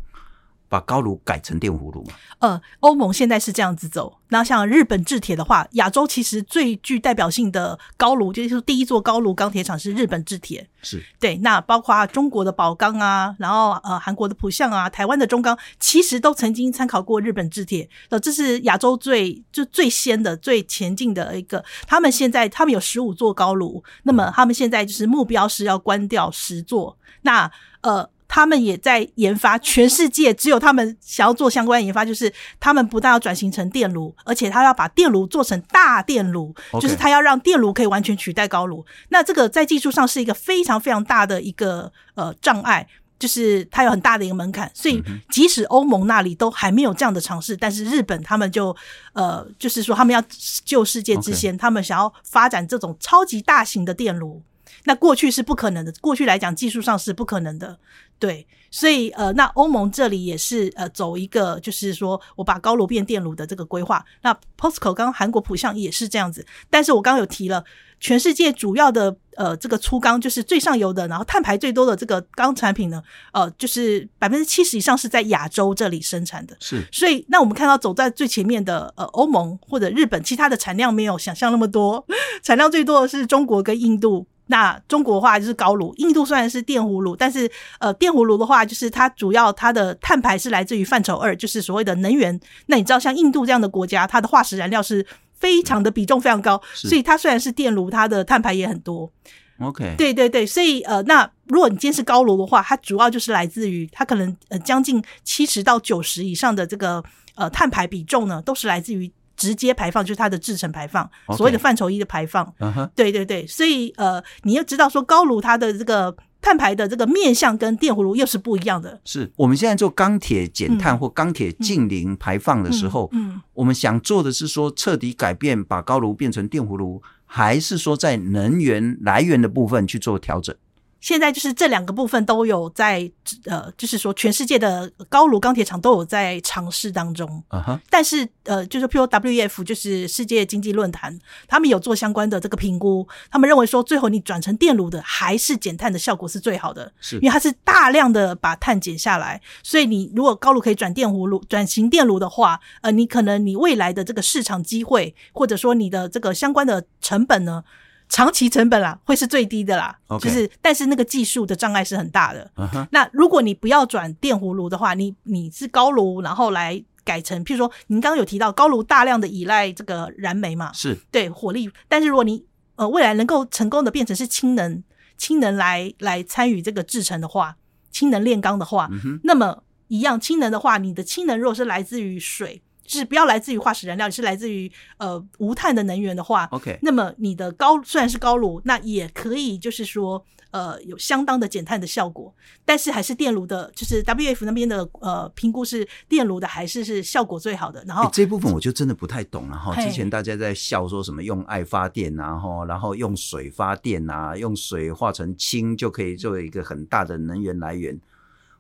[SPEAKER 2] 把高炉改成电弧炉嘛。
[SPEAKER 1] 呃，欧盟现在是这样子走。那像日本制铁的话，亚洲其实最具代表性的高炉，就是第一座高炉钢铁厂是日本制铁。
[SPEAKER 2] 是，
[SPEAKER 1] 对，那包括中国的宝钢啊，然后呃韩国的浦项啊，台湾的中钢，其实都曾经参考过日本制铁。呃，这是亚洲最就最先的、最前进的一个。他们现在他们有十五座高炉，那么他们现在就是目标是要关掉十座。那呃。他们也在研发，全世界只有他们想要做相关研发，就是他们不但要转型成电炉，而且他要把电炉做成大电炉
[SPEAKER 2] OK
[SPEAKER 1] 就是他要让电炉可以完全取代高炉。那这个在技术上是一个非常非常大的一个呃障碍，就是它有很大的一个门槛。所以即使欧盟那里都还没有这样的尝试，但是日本他们就呃就是说他们要救世界之先他们想要发展这种超级大型的电炉。那过去是不可能的，过去来讲技术上是不可能的，对，所以呃，那欧盟这里也是呃走一个就是说我把高炉变电炉的这个规划。那 POSCO 刚刚韩国浦项也是这样子，但是我刚刚有提了，全世界主要的呃这个粗钢就是最上游的，然后碳排最多的这个钢产品呢，呃，就是百分之七十以上是在亚洲这里生产的。
[SPEAKER 2] 是，
[SPEAKER 1] 所以，那我们看到走在最前面的呃欧盟或者日本，其他的产量没有想象那么多，产量最多的是中国跟印度。那中国的话就是高炉，印度虽然是电弧炉，但是呃电弧炉的话，就是它主要它的碳排是来自于范畴二，就是所谓的能源。那你知道像印度这样的国家，它的化石燃料是非常的比重非常高，
[SPEAKER 2] 是
[SPEAKER 1] 所以它虽然是电炉，它的碳排也很多。
[SPEAKER 2] OK，，
[SPEAKER 1] 对对对，所以呃，那如果你今天是高炉的话，它主要就是来自于它可能呃将近七十到九十以上的这个呃碳排比重呢，都是来自于直接排放，就是它的制成排放
[SPEAKER 2] OK
[SPEAKER 1] 所谓的范畴一的排放。
[SPEAKER 2] 嗯哼，
[SPEAKER 1] 对对对，所以呃，你要知道说高炉它的这个碳排的这个面向跟电弧炉又是不一样的。
[SPEAKER 2] 是我们现在做钢铁减碳
[SPEAKER 1] 嗯
[SPEAKER 2] 或钢铁近零排放的时候，
[SPEAKER 1] 嗯，嗯
[SPEAKER 2] 我们想做的是说彻底改变，把高炉变成电弧炉，还是说在能源来源的部分去做调整？
[SPEAKER 1] 现在就是这两个部分都有在呃，就是说全世界的高炉钢铁厂都有在尝试当中。
[SPEAKER 2] 嗯哼，
[SPEAKER 1] 但是呃，就是 POWEF 就是世界经济论坛，他们有做相关的这个评估，他们认为说，最后你转成电炉的还是减碳的效果是最好的，
[SPEAKER 2] 是
[SPEAKER 1] 因为它是大量的把碳减下来，所以你如果高炉可以转电弧炉、转型电炉的话，呃，你可能你未来的这个市场机会，或者说你的这个相关的成本呢，长期成本啦，会是最低的啦。
[SPEAKER 2] OK
[SPEAKER 1] 就是，但是那个技术的障碍是很大的。
[SPEAKER 2] 嗯哼，
[SPEAKER 1] 那如果你不要转电弧炉的话，你你是高炉，然后来改成，譬如说您刚刚有提到高炉大量的依赖这个燃煤嘛，
[SPEAKER 2] 是
[SPEAKER 1] 对火力，但是如果你呃未来能够成功的变成是氢能，氢能来来参与这个制成的话，氢能炼钢的话，
[SPEAKER 2] 嗯哼，
[SPEAKER 1] 那么一样氢能的话，你的氢能如果是来自于水，就是不要来自于化石燃料，是来自于呃无碳的能源的话，
[SPEAKER 2] ，OK，
[SPEAKER 1] 那么你的高虽然是高炉，那也可以就是说，呃，有相当的减碳的效果，但是还是电炉的，就是 WF 那边的呃评估是电炉的还是是效果最好的。然后
[SPEAKER 2] 欸、这部分我就真的不太懂了哈。
[SPEAKER 1] 哦嘿
[SPEAKER 2] 之前大家在笑说什么用爱发电啊，哈，然后用水发电啊，用水化成氢就可以作为一个很大的能源来源。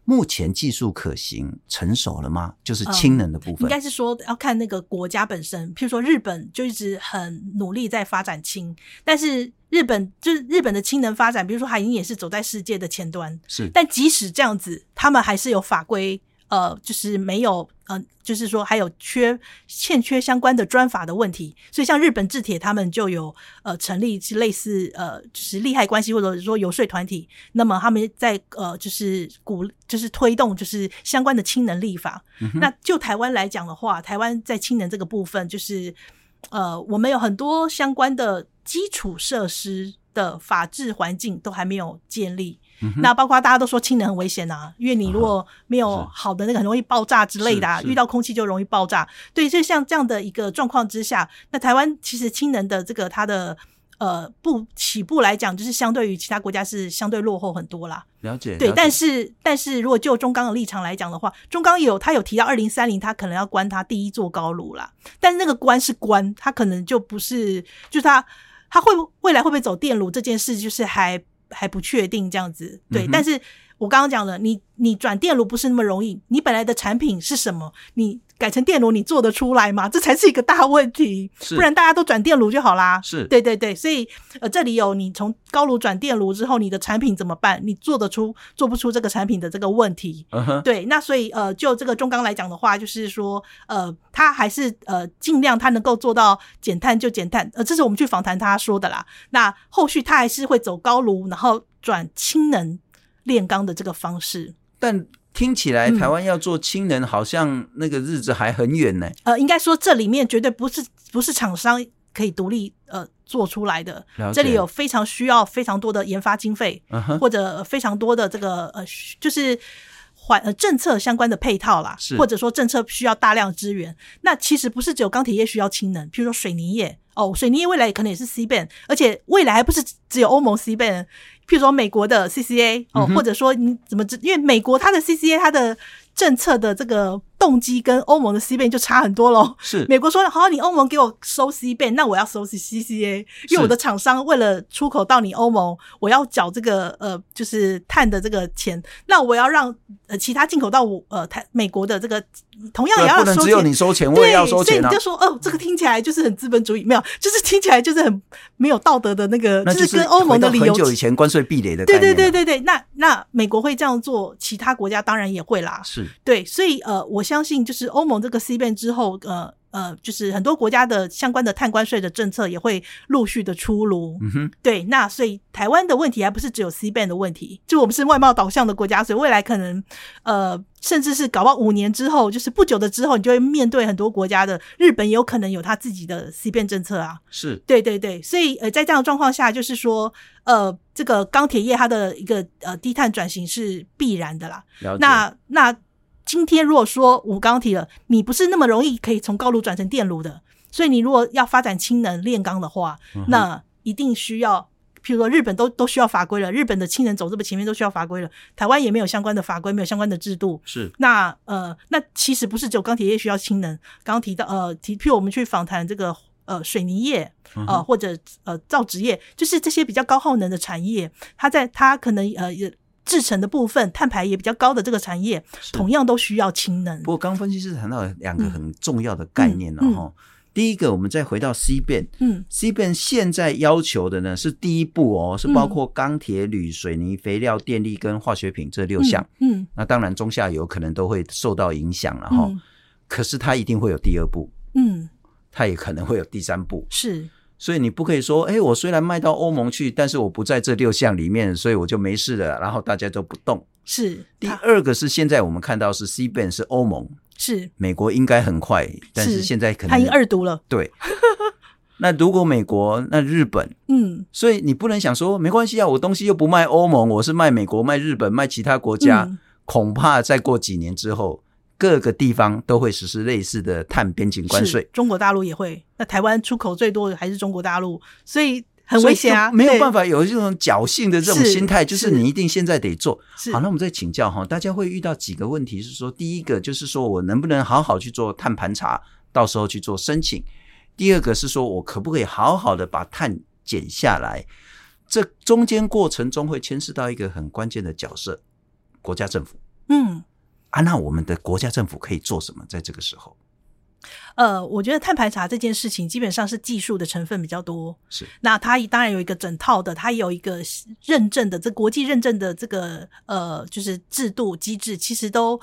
[SPEAKER 2] 目前技术可行、成熟了吗？就是氢能的部
[SPEAKER 1] 嗯应
[SPEAKER 2] 分。
[SPEAKER 1] 该是说要看那个国家本身，譬如说日本就一直很努力在发展氢，但是日本就是日本的氢能发展，比如说海英也是走在世界的前端，
[SPEAKER 2] 是
[SPEAKER 1] 但即使这样子，他们还是有法规，呃，就是没有，呃，就是说还有缺欠缺相关的专法的问题。所以像日本制铁，他们就有呃成立是类似呃就是利害关系或者说游说团体，那么他们在呃就是鼓就是推动就是相关的氢能立法。那就台湾来讲的话，台湾在氢能这个部分就是。呃，我们有很多相关的基础设施的法治环境都还没有建立，
[SPEAKER 2] 嗯
[SPEAKER 1] 那包括大家都说氢能很危险啊，因为你如果没有
[SPEAKER 2] 是
[SPEAKER 1] 好的那个，很容易爆炸之类的、啊，
[SPEAKER 2] 是是
[SPEAKER 1] 遇到空气就容易爆炸。对，所以像这样的一个状况之下，那台湾其实氢能的这个它的呃步起步来讲，就是相对于其他国家是相对落后很多啦。
[SPEAKER 2] 了解。
[SPEAKER 1] 对
[SPEAKER 2] 了，解
[SPEAKER 1] 但是但是如果就中钢的立场来讲的话，中钢有他有提到二零三零，他可能要关他第一座高炉啦，但是那个关是关，他可能就不是，就是他他会未来会不会走电炉这件事，就是还还不确定这样子。对，
[SPEAKER 2] 嗯哼
[SPEAKER 1] 但是我刚刚讲了，你你转电炉不是那么容易，你本来的产品是什么，你改成电炉，你做得出来吗？这才是一个大问题。
[SPEAKER 2] 是
[SPEAKER 1] 不然大家都转电炉就好啦。
[SPEAKER 2] 是
[SPEAKER 1] 对对对，所以呃，这里有你从高炉转电炉之后，你的产品怎么办？你做得出做不出这个产品的这个问题？
[SPEAKER 2] 嗯哼，
[SPEAKER 1] 对，那所以呃，就这个中钢来讲的话，就是说呃，它还是呃尽量它能够做到减碳就减碳，呃，这是我们去访谈他说的啦。那后续它还是会走高炉，然后转氢能炼钢的这个方式。
[SPEAKER 2] 但听起来
[SPEAKER 1] 嗯
[SPEAKER 2] 台湾要做氢能，好像那个日子还很远呢。
[SPEAKER 1] 呃，应该说这里面绝对不是不是厂商可以独立呃做出来的
[SPEAKER 2] 了，解
[SPEAKER 1] 这里有非常需要非常多的研发经费，
[SPEAKER 2] 嗯哼，
[SPEAKER 1] 或者非常多的这个呃需就是。环呃政策相关的配套啦
[SPEAKER 2] 是，
[SPEAKER 1] 或者说政策需要大量资源，那其实不是只有钢铁业需要氢能，譬如说水泥业哦，水泥业未来可能也是 C band，而且未来还不是只有欧盟 C band，譬如说美国的 CCA 哦，
[SPEAKER 2] 嗯哼
[SPEAKER 1] 或者说你怎么知？因为美国它的 CCA 它的政策的这个动机跟欧盟的 C band 就差很多喽，
[SPEAKER 2] 是
[SPEAKER 1] 美国说好，你欧盟给我收 C 倍，那我要收 C C C A，因为我的厂商为了出口到你欧盟，我要缴这个呃，就是碳的这个钱，那我要让呃其他进口到我呃台美国的这个同样也
[SPEAKER 2] 对啊
[SPEAKER 1] 要
[SPEAKER 2] 不能
[SPEAKER 1] 收
[SPEAKER 2] 只有你
[SPEAKER 1] 钱。
[SPEAKER 2] 收钱，我
[SPEAKER 1] 对，
[SPEAKER 2] 也要
[SPEAKER 1] 所
[SPEAKER 2] 收
[SPEAKER 1] 以
[SPEAKER 2] 钱
[SPEAKER 1] 你
[SPEAKER 2] 啊
[SPEAKER 1] 就。说，哦，这个听起来就是很资本主义，没有，就是听起来就是很没有道德的那个，
[SPEAKER 2] 那
[SPEAKER 1] 就是跟欧盟的理
[SPEAKER 2] 回
[SPEAKER 1] 由
[SPEAKER 2] 到很久以前关税壁垒的
[SPEAKER 1] 对
[SPEAKER 2] 概念啊
[SPEAKER 1] 对
[SPEAKER 2] 了。
[SPEAKER 1] 对对对，那那美国会这样做，其他国家当然也会啦。
[SPEAKER 2] 是
[SPEAKER 1] 对，所以呃，我相信就是欧盟这个 C 变之后，呃呃，就是很多国家的相关的碳关税的政策也会陆续的出炉。
[SPEAKER 2] 嗯哼，
[SPEAKER 1] 对，那所以台湾的问题还不是只有 C 变的问题，就我们是外贸导向的国家，所以未来可能呃，甚至是搞不好五年之后，就是不久的之后，你就会面对很多国家的日本也有可能有他自己的 C 变政策啊。
[SPEAKER 2] 是
[SPEAKER 1] 对对对，所以呃，在这样的状况下，就是说呃，这个钢铁业它的一个呃低碳转型是必然的啦。
[SPEAKER 2] 了解。嗯
[SPEAKER 1] 那那今天如果说我刚刚提了，你不是那么容易可以从高炉转成电炉的，所以你如果要发展氢能炼钢的话，
[SPEAKER 2] 嗯哼
[SPEAKER 1] 那一定需要。譬如说，日本都都需要法规了，日本的氢能走这么前面都需要法规了，台湾也没有相关的法规，没有相关的制度。
[SPEAKER 2] 是
[SPEAKER 1] 那呃，那其实不是只有钢铁业需要氢能，刚刚提到呃，提譬如我们去访谈这个呃水泥业，
[SPEAKER 2] 嗯
[SPEAKER 1] 呃，
[SPEAKER 2] 哼
[SPEAKER 1] 或者呃造纸业，就是这些比较高耗能的产业，它在它可能呃也制成的部分碳排也比较高的这个产业，
[SPEAKER 2] 是
[SPEAKER 1] 同样都需要氢能
[SPEAKER 2] 不。过刚分析师谈到了两个很重要的概念了
[SPEAKER 1] 嗯嗯
[SPEAKER 2] 哈。第一个，我们再回到 C 变
[SPEAKER 1] 嗯
[SPEAKER 2] ，C 变现在要求的呢是第一步哦，是包括钢铁、铝、水泥、肥料、电力跟化学品这六项。
[SPEAKER 1] 嗯
[SPEAKER 2] 那当然，中下游可能都会受到影响了哈。
[SPEAKER 1] 嗯
[SPEAKER 2] 可是它一定会有第二步，
[SPEAKER 1] 嗯，
[SPEAKER 2] 它也可能会有第三步。
[SPEAKER 1] 是
[SPEAKER 2] 所以你不可以说，哎，我虽然卖到欧盟去，但是我不在这六项里面，所以我就没事了，然后大家都不动。
[SPEAKER 1] 是，
[SPEAKER 2] 第
[SPEAKER 1] 它
[SPEAKER 2] 二个是现在我们看到是 C b a n 是欧盟，
[SPEAKER 1] 是
[SPEAKER 2] 美国应该很快，但是
[SPEAKER 1] 是
[SPEAKER 2] 现在可
[SPEAKER 1] 它已
[SPEAKER 2] 能
[SPEAKER 1] 经二读了。
[SPEAKER 2] 对。 那如果美国，那日本，
[SPEAKER 1] 嗯，
[SPEAKER 2] 所以你不能想说没关系啊，我东西又不卖欧盟，我是卖美国、卖日本、卖其他国家，
[SPEAKER 1] 嗯
[SPEAKER 2] 恐怕再过几年之后，各个地方都会实施类似的碳边境关
[SPEAKER 1] 是
[SPEAKER 2] 税，
[SPEAKER 1] 中国大陆也会。那台湾出口最多的还是中国大陆，所以很危险啊，
[SPEAKER 2] 所以就没有办
[SPEAKER 1] 法。
[SPEAKER 2] 法有这种侥幸的这种
[SPEAKER 1] 是
[SPEAKER 2] 心态，就是
[SPEAKER 1] 是
[SPEAKER 2] 你一定现在得做。
[SPEAKER 1] 是
[SPEAKER 2] 好，那我们再请教哈，大家会遇到几个问题是说，第一个就是说我能不能好好去做碳盘查，到时候去做申请；第二个是说我可不可以好好的把碳减下来。这中间过程中会牵涉到一个很关键的角色，国家政府
[SPEAKER 1] 嗯。
[SPEAKER 2] 啊。那我们的国家政府可以做什么？在这个时候
[SPEAKER 1] 呃，我觉得碳排查这件事情基本上是技术的成分比较多，
[SPEAKER 2] 是
[SPEAKER 1] 那它当然有一个整套的，它有一个认证的，这国际认证的这个呃，就是制度机制，其实都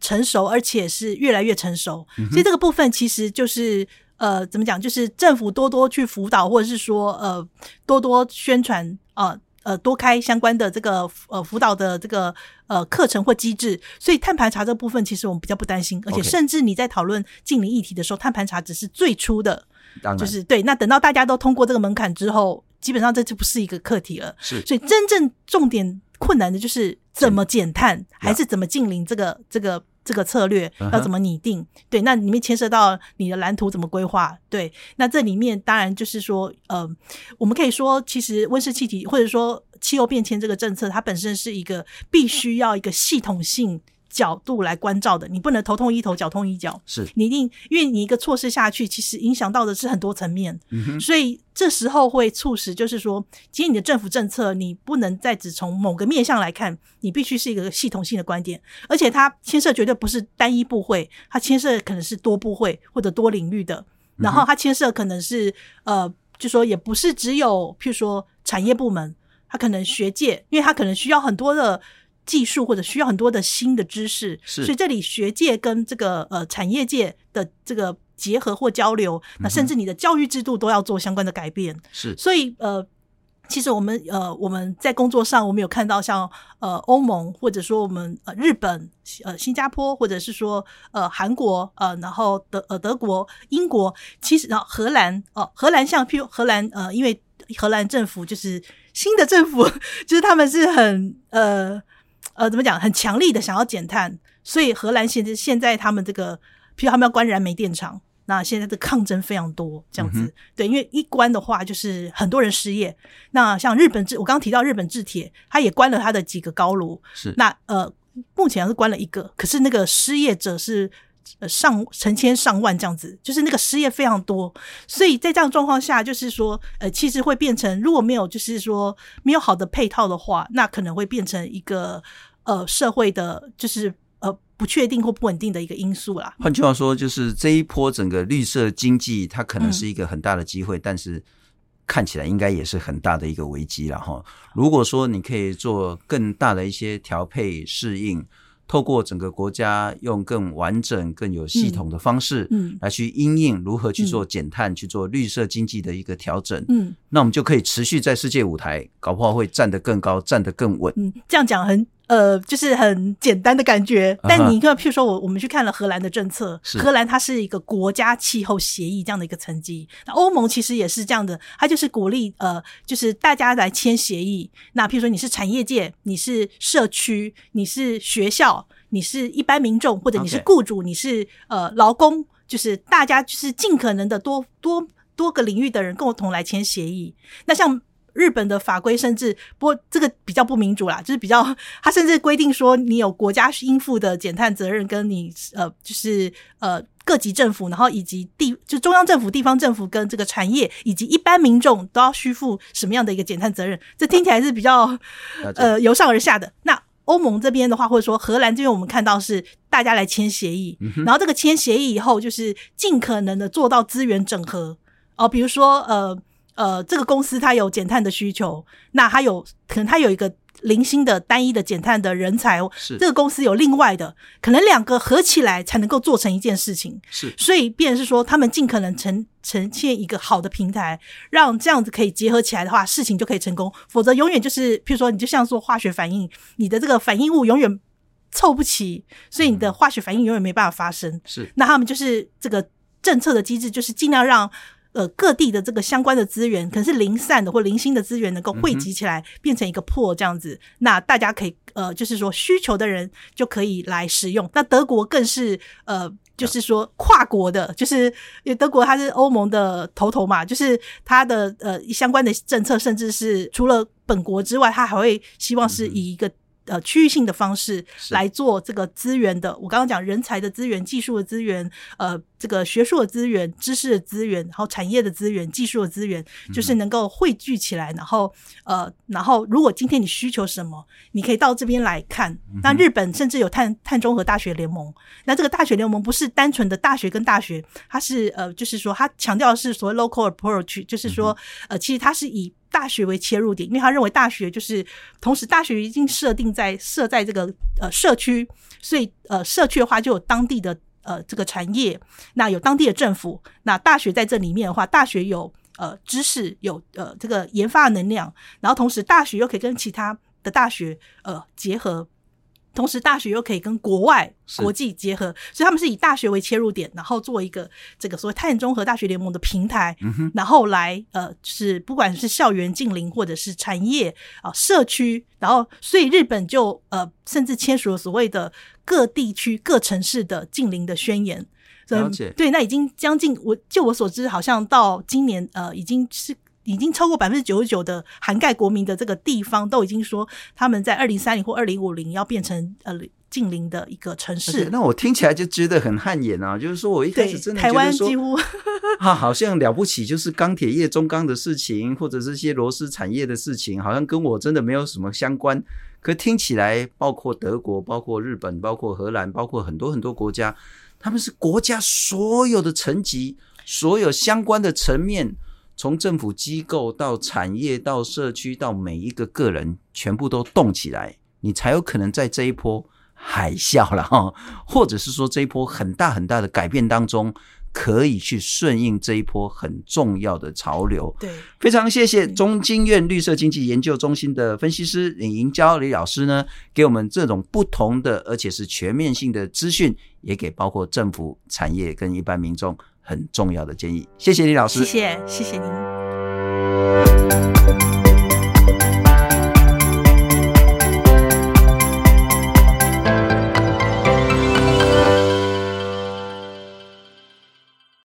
[SPEAKER 1] 成熟，而且是越来越成熟。所以这个部分其实就是呃，怎么讲，就是政府多多去辅导，或者是说呃，多多宣传啊。呃呃，多开相关的这个呃辅导的这个呃课程或机制，所以碳盘查这部分其实我们比较不担心，而且
[SPEAKER 2] OK
[SPEAKER 1] 甚至你在讨论近邻议题的时候，碳盘查只是最初的
[SPEAKER 2] 当然
[SPEAKER 1] 就是对。那等到大家都通过这个门槛之后，基本上这就不是一个课题了。
[SPEAKER 2] 是
[SPEAKER 1] 所以真正重点困难的就是怎么减碳，还是怎么近邻这个这个这个策略
[SPEAKER 2] 嗯哼
[SPEAKER 1] 要怎么拟定？对，那里面牵涉到你的蓝图怎么规划？对，那这里面当然就是说，呃，我们可以说，其实温室气体或者说气候变迁这个政策，它本身是一个必须要一个系统性。角度来关照的，你不能头痛医头，脚痛医脚。
[SPEAKER 2] 是，
[SPEAKER 1] 你一定，因为你一个措施下去，其实影响到的是很多层面，
[SPEAKER 2] 嗯哼，
[SPEAKER 1] 所以这时候会促使，就是说，其实你的政府政策，你不能再只从某个面向来看，你必须是一个系统性的观点，而且它牵涉绝对不是单一部会，它牵涉可能是多部会或者多领域的，然后它牵涉可能是呃，就说也不是只有，譬如说产业部门，它可能学界，因为它可能需要很多的。技术或者需要很多的新的知识，
[SPEAKER 2] 是
[SPEAKER 1] 所以这里学界跟这个呃产业界的这个结合或交流，那甚至你的教育制度都要做相关的改变。
[SPEAKER 2] 是，
[SPEAKER 1] 所以呃，其实我们呃我们在工作上，我们有看到像呃欧盟或者说我们呃日本呃新加坡或者是说呃韩国呃然后德呃德国英国，其实然后荷兰哦、荷兰像譬如荷兰呃因为荷兰政府就是新的政府，就是他们是很呃呃怎么讲很强力的想要减碳，所以荷兰现在现在他们这个譬如他们要关燃煤电厂。那现在的抗争非常多，这样子、
[SPEAKER 2] 嗯哼
[SPEAKER 1] 对，因为一关的话，就是很多人失业。那像日本制，我刚刚提到日本制铁，它也关了它的几个高炉。
[SPEAKER 2] 是，
[SPEAKER 1] 那呃，目前是关了一个，可是那个失业者是呃上成千上万这样子，就是那个失业非常多。所以在这样的状况下，就是说，呃，其实会变成如果没有就是说没有好的配套的话，那可能会变成一个呃社会的，就是呃不确定或不稳定的一个因素啦。
[SPEAKER 2] 换句话说，就是这一波整个绿色经济，它
[SPEAKER 1] 嗯
[SPEAKER 2] 可能是一个很大的机会，但是看起来应该也是很大的一个危机了哈。如果说你可以做更大的一些调配适应，透过整个国家用更完整、更有系统的方式。
[SPEAKER 1] 嗯
[SPEAKER 2] 来去因应如何去做减碳、去做绿色经济的一个调整，
[SPEAKER 1] 嗯。
[SPEAKER 2] 那我们就可以持续在世界舞台，搞不好会站得更高，站得更稳。
[SPEAKER 1] 嗯，这样讲很呃，就是很简单的感觉。
[SPEAKER 2] 啊哈
[SPEAKER 1] 但你看，譬如说我我们去看了荷兰的政策，
[SPEAKER 2] 是
[SPEAKER 1] 荷兰它是一个国家气候协议这样的一个层级，那欧盟其实也是这样的，它就是鼓励呃，就是大家来签协议。那譬如说你是产业界，你是社区，你是学校，你是一般民众，或者你是
[SPEAKER 2] OK
[SPEAKER 1] 雇主，你是呃劳工，就是大家就是尽可能的多多多个领域的人共同来签协议。那像日本的法规，甚至不过这个比较不民主啦，就是比较它甚至规定说，你有国家应付的减碳责任，跟你呃就是呃各级政府，然后以及地就中央政府、地方政府跟这个产业以及一般民众都要虚负什么样的一个减碳责任，这听起来是比较
[SPEAKER 2] 了解
[SPEAKER 1] 呃由上而下的。那欧盟这边的话，或者说荷兰这边，我们看到是大家来签协议，然后这个签协议以后，就是尽可能的做到资源整合哦，比如说呃呃，这个公司它有减碳的需求，那它有可能它有一个零星的单一的减碳的人才，
[SPEAKER 2] 是
[SPEAKER 1] 这个公司有另外的，可能两个合起来才能够做成一件事情。
[SPEAKER 2] 是
[SPEAKER 1] 所以便是说，他们尽可能呈呈现一个好的平台，让这样子可以结合起来的话，事情就可以成功。否则永远就是，譬如说，你就像做化学反应，你的这个反应物永远凑不齐，所以你的化学反应永远没办法发生。
[SPEAKER 2] 是
[SPEAKER 1] 那他们就是这个政策的机制，就是尽量让呃各地的这个相关的资源，可能是零散的或零星的资源，能够汇集起来，变成一个 pool 这样子。那大家可以呃，就是说需求的人就可以来使用。那德国更是呃。就是说，跨国的，就是因为德国它是欧盟的头头嘛，就是它的呃相关的政策，甚至是除了本国之外，它还会希望是以一个呃区域性的方式
[SPEAKER 2] 嗯是
[SPEAKER 1] 来做这个资源的。我刚刚讲人才的资源、技术的资源、呃这个学术的资源、知识的资源，然后产业的资源、技术的资源，就是能够汇聚起来，然后呃，然后如果今天你需求什么，你可以到这边来看。那日本甚至有碳碳中和大学联盟，那这个大学联盟不是单纯的大学跟大学，它是呃，就是说它强调的是所谓 local approach，就是说呃，其实它是以大学为切入点，因为他认为大学就是同时大学已经设定在设在这个呃社区，所以呃社区的话就有当地的呃这个产业，那有当地的政府，那大学在这里面的话，大学有呃知识，有呃这个研发能量，然后同时大学又可以跟其他的大学呃结合。同时，大学又可以跟国外、
[SPEAKER 2] 是
[SPEAKER 1] 国际结合，所以他们是以大学为切入点，然后做一个这个所谓碳中和大学联盟的平台，
[SPEAKER 2] 嗯
[SPEAKER 1] 然后来呃，就是不管是校园近邻或者是产业啊、社区，然后所以日本就呃甚至签署了所谓的各地区各城市的近邻的宣言。所以
[SPEAKER 2] 了解
[SPEAKER 1] 对，那已经将近我就我所知，好像到今年呃已经是已经超过百分之九十九的涵盖国民的这个地方，都已经说他们在二零三零或二零五零要变成呃近邻的一个城市。
[SPEAKER 2] 那我听起来就觉得很汗颜啊！就是说我一开
[SPEAKER 1] 对
[SPEAKER 2] 始真，的
[SPEAKER 1] 台
[SPEAKER 2] 觉
[SPEAKER 1] 湾
[SPEAKER 2] 得说
[SPEAKER 1] 几乎
[SPEAKER 2] 啊，好像了不起，就是钢铁业、中钢的事情，或者是一些螺丝产业的事情，好像跟我真的没有什么相关。可听起来，包括德国、包括日本、包括荷兰、包括很多很多国家，他们是国家所有的层级、所有相关的层面，从政府机构到产业到社区到每一个个人，全部都动起来，你才有可能在这一波海啸了哈，或者是说这一波很大很大的改变当中，可以去顺应这一波很重要的潮流。
[SPEAKER 1] 对，
[SPEAKER 2] 非常谢谢中经院绿色经济研究中心的分析师李银娇李老师呢，给我们这种不同的而且是全面性的资讯，也给包括政府、产业跟一般民众很重要的建议。谢谢李老师，
[SPEAKER 1] 谢谢谢谢您。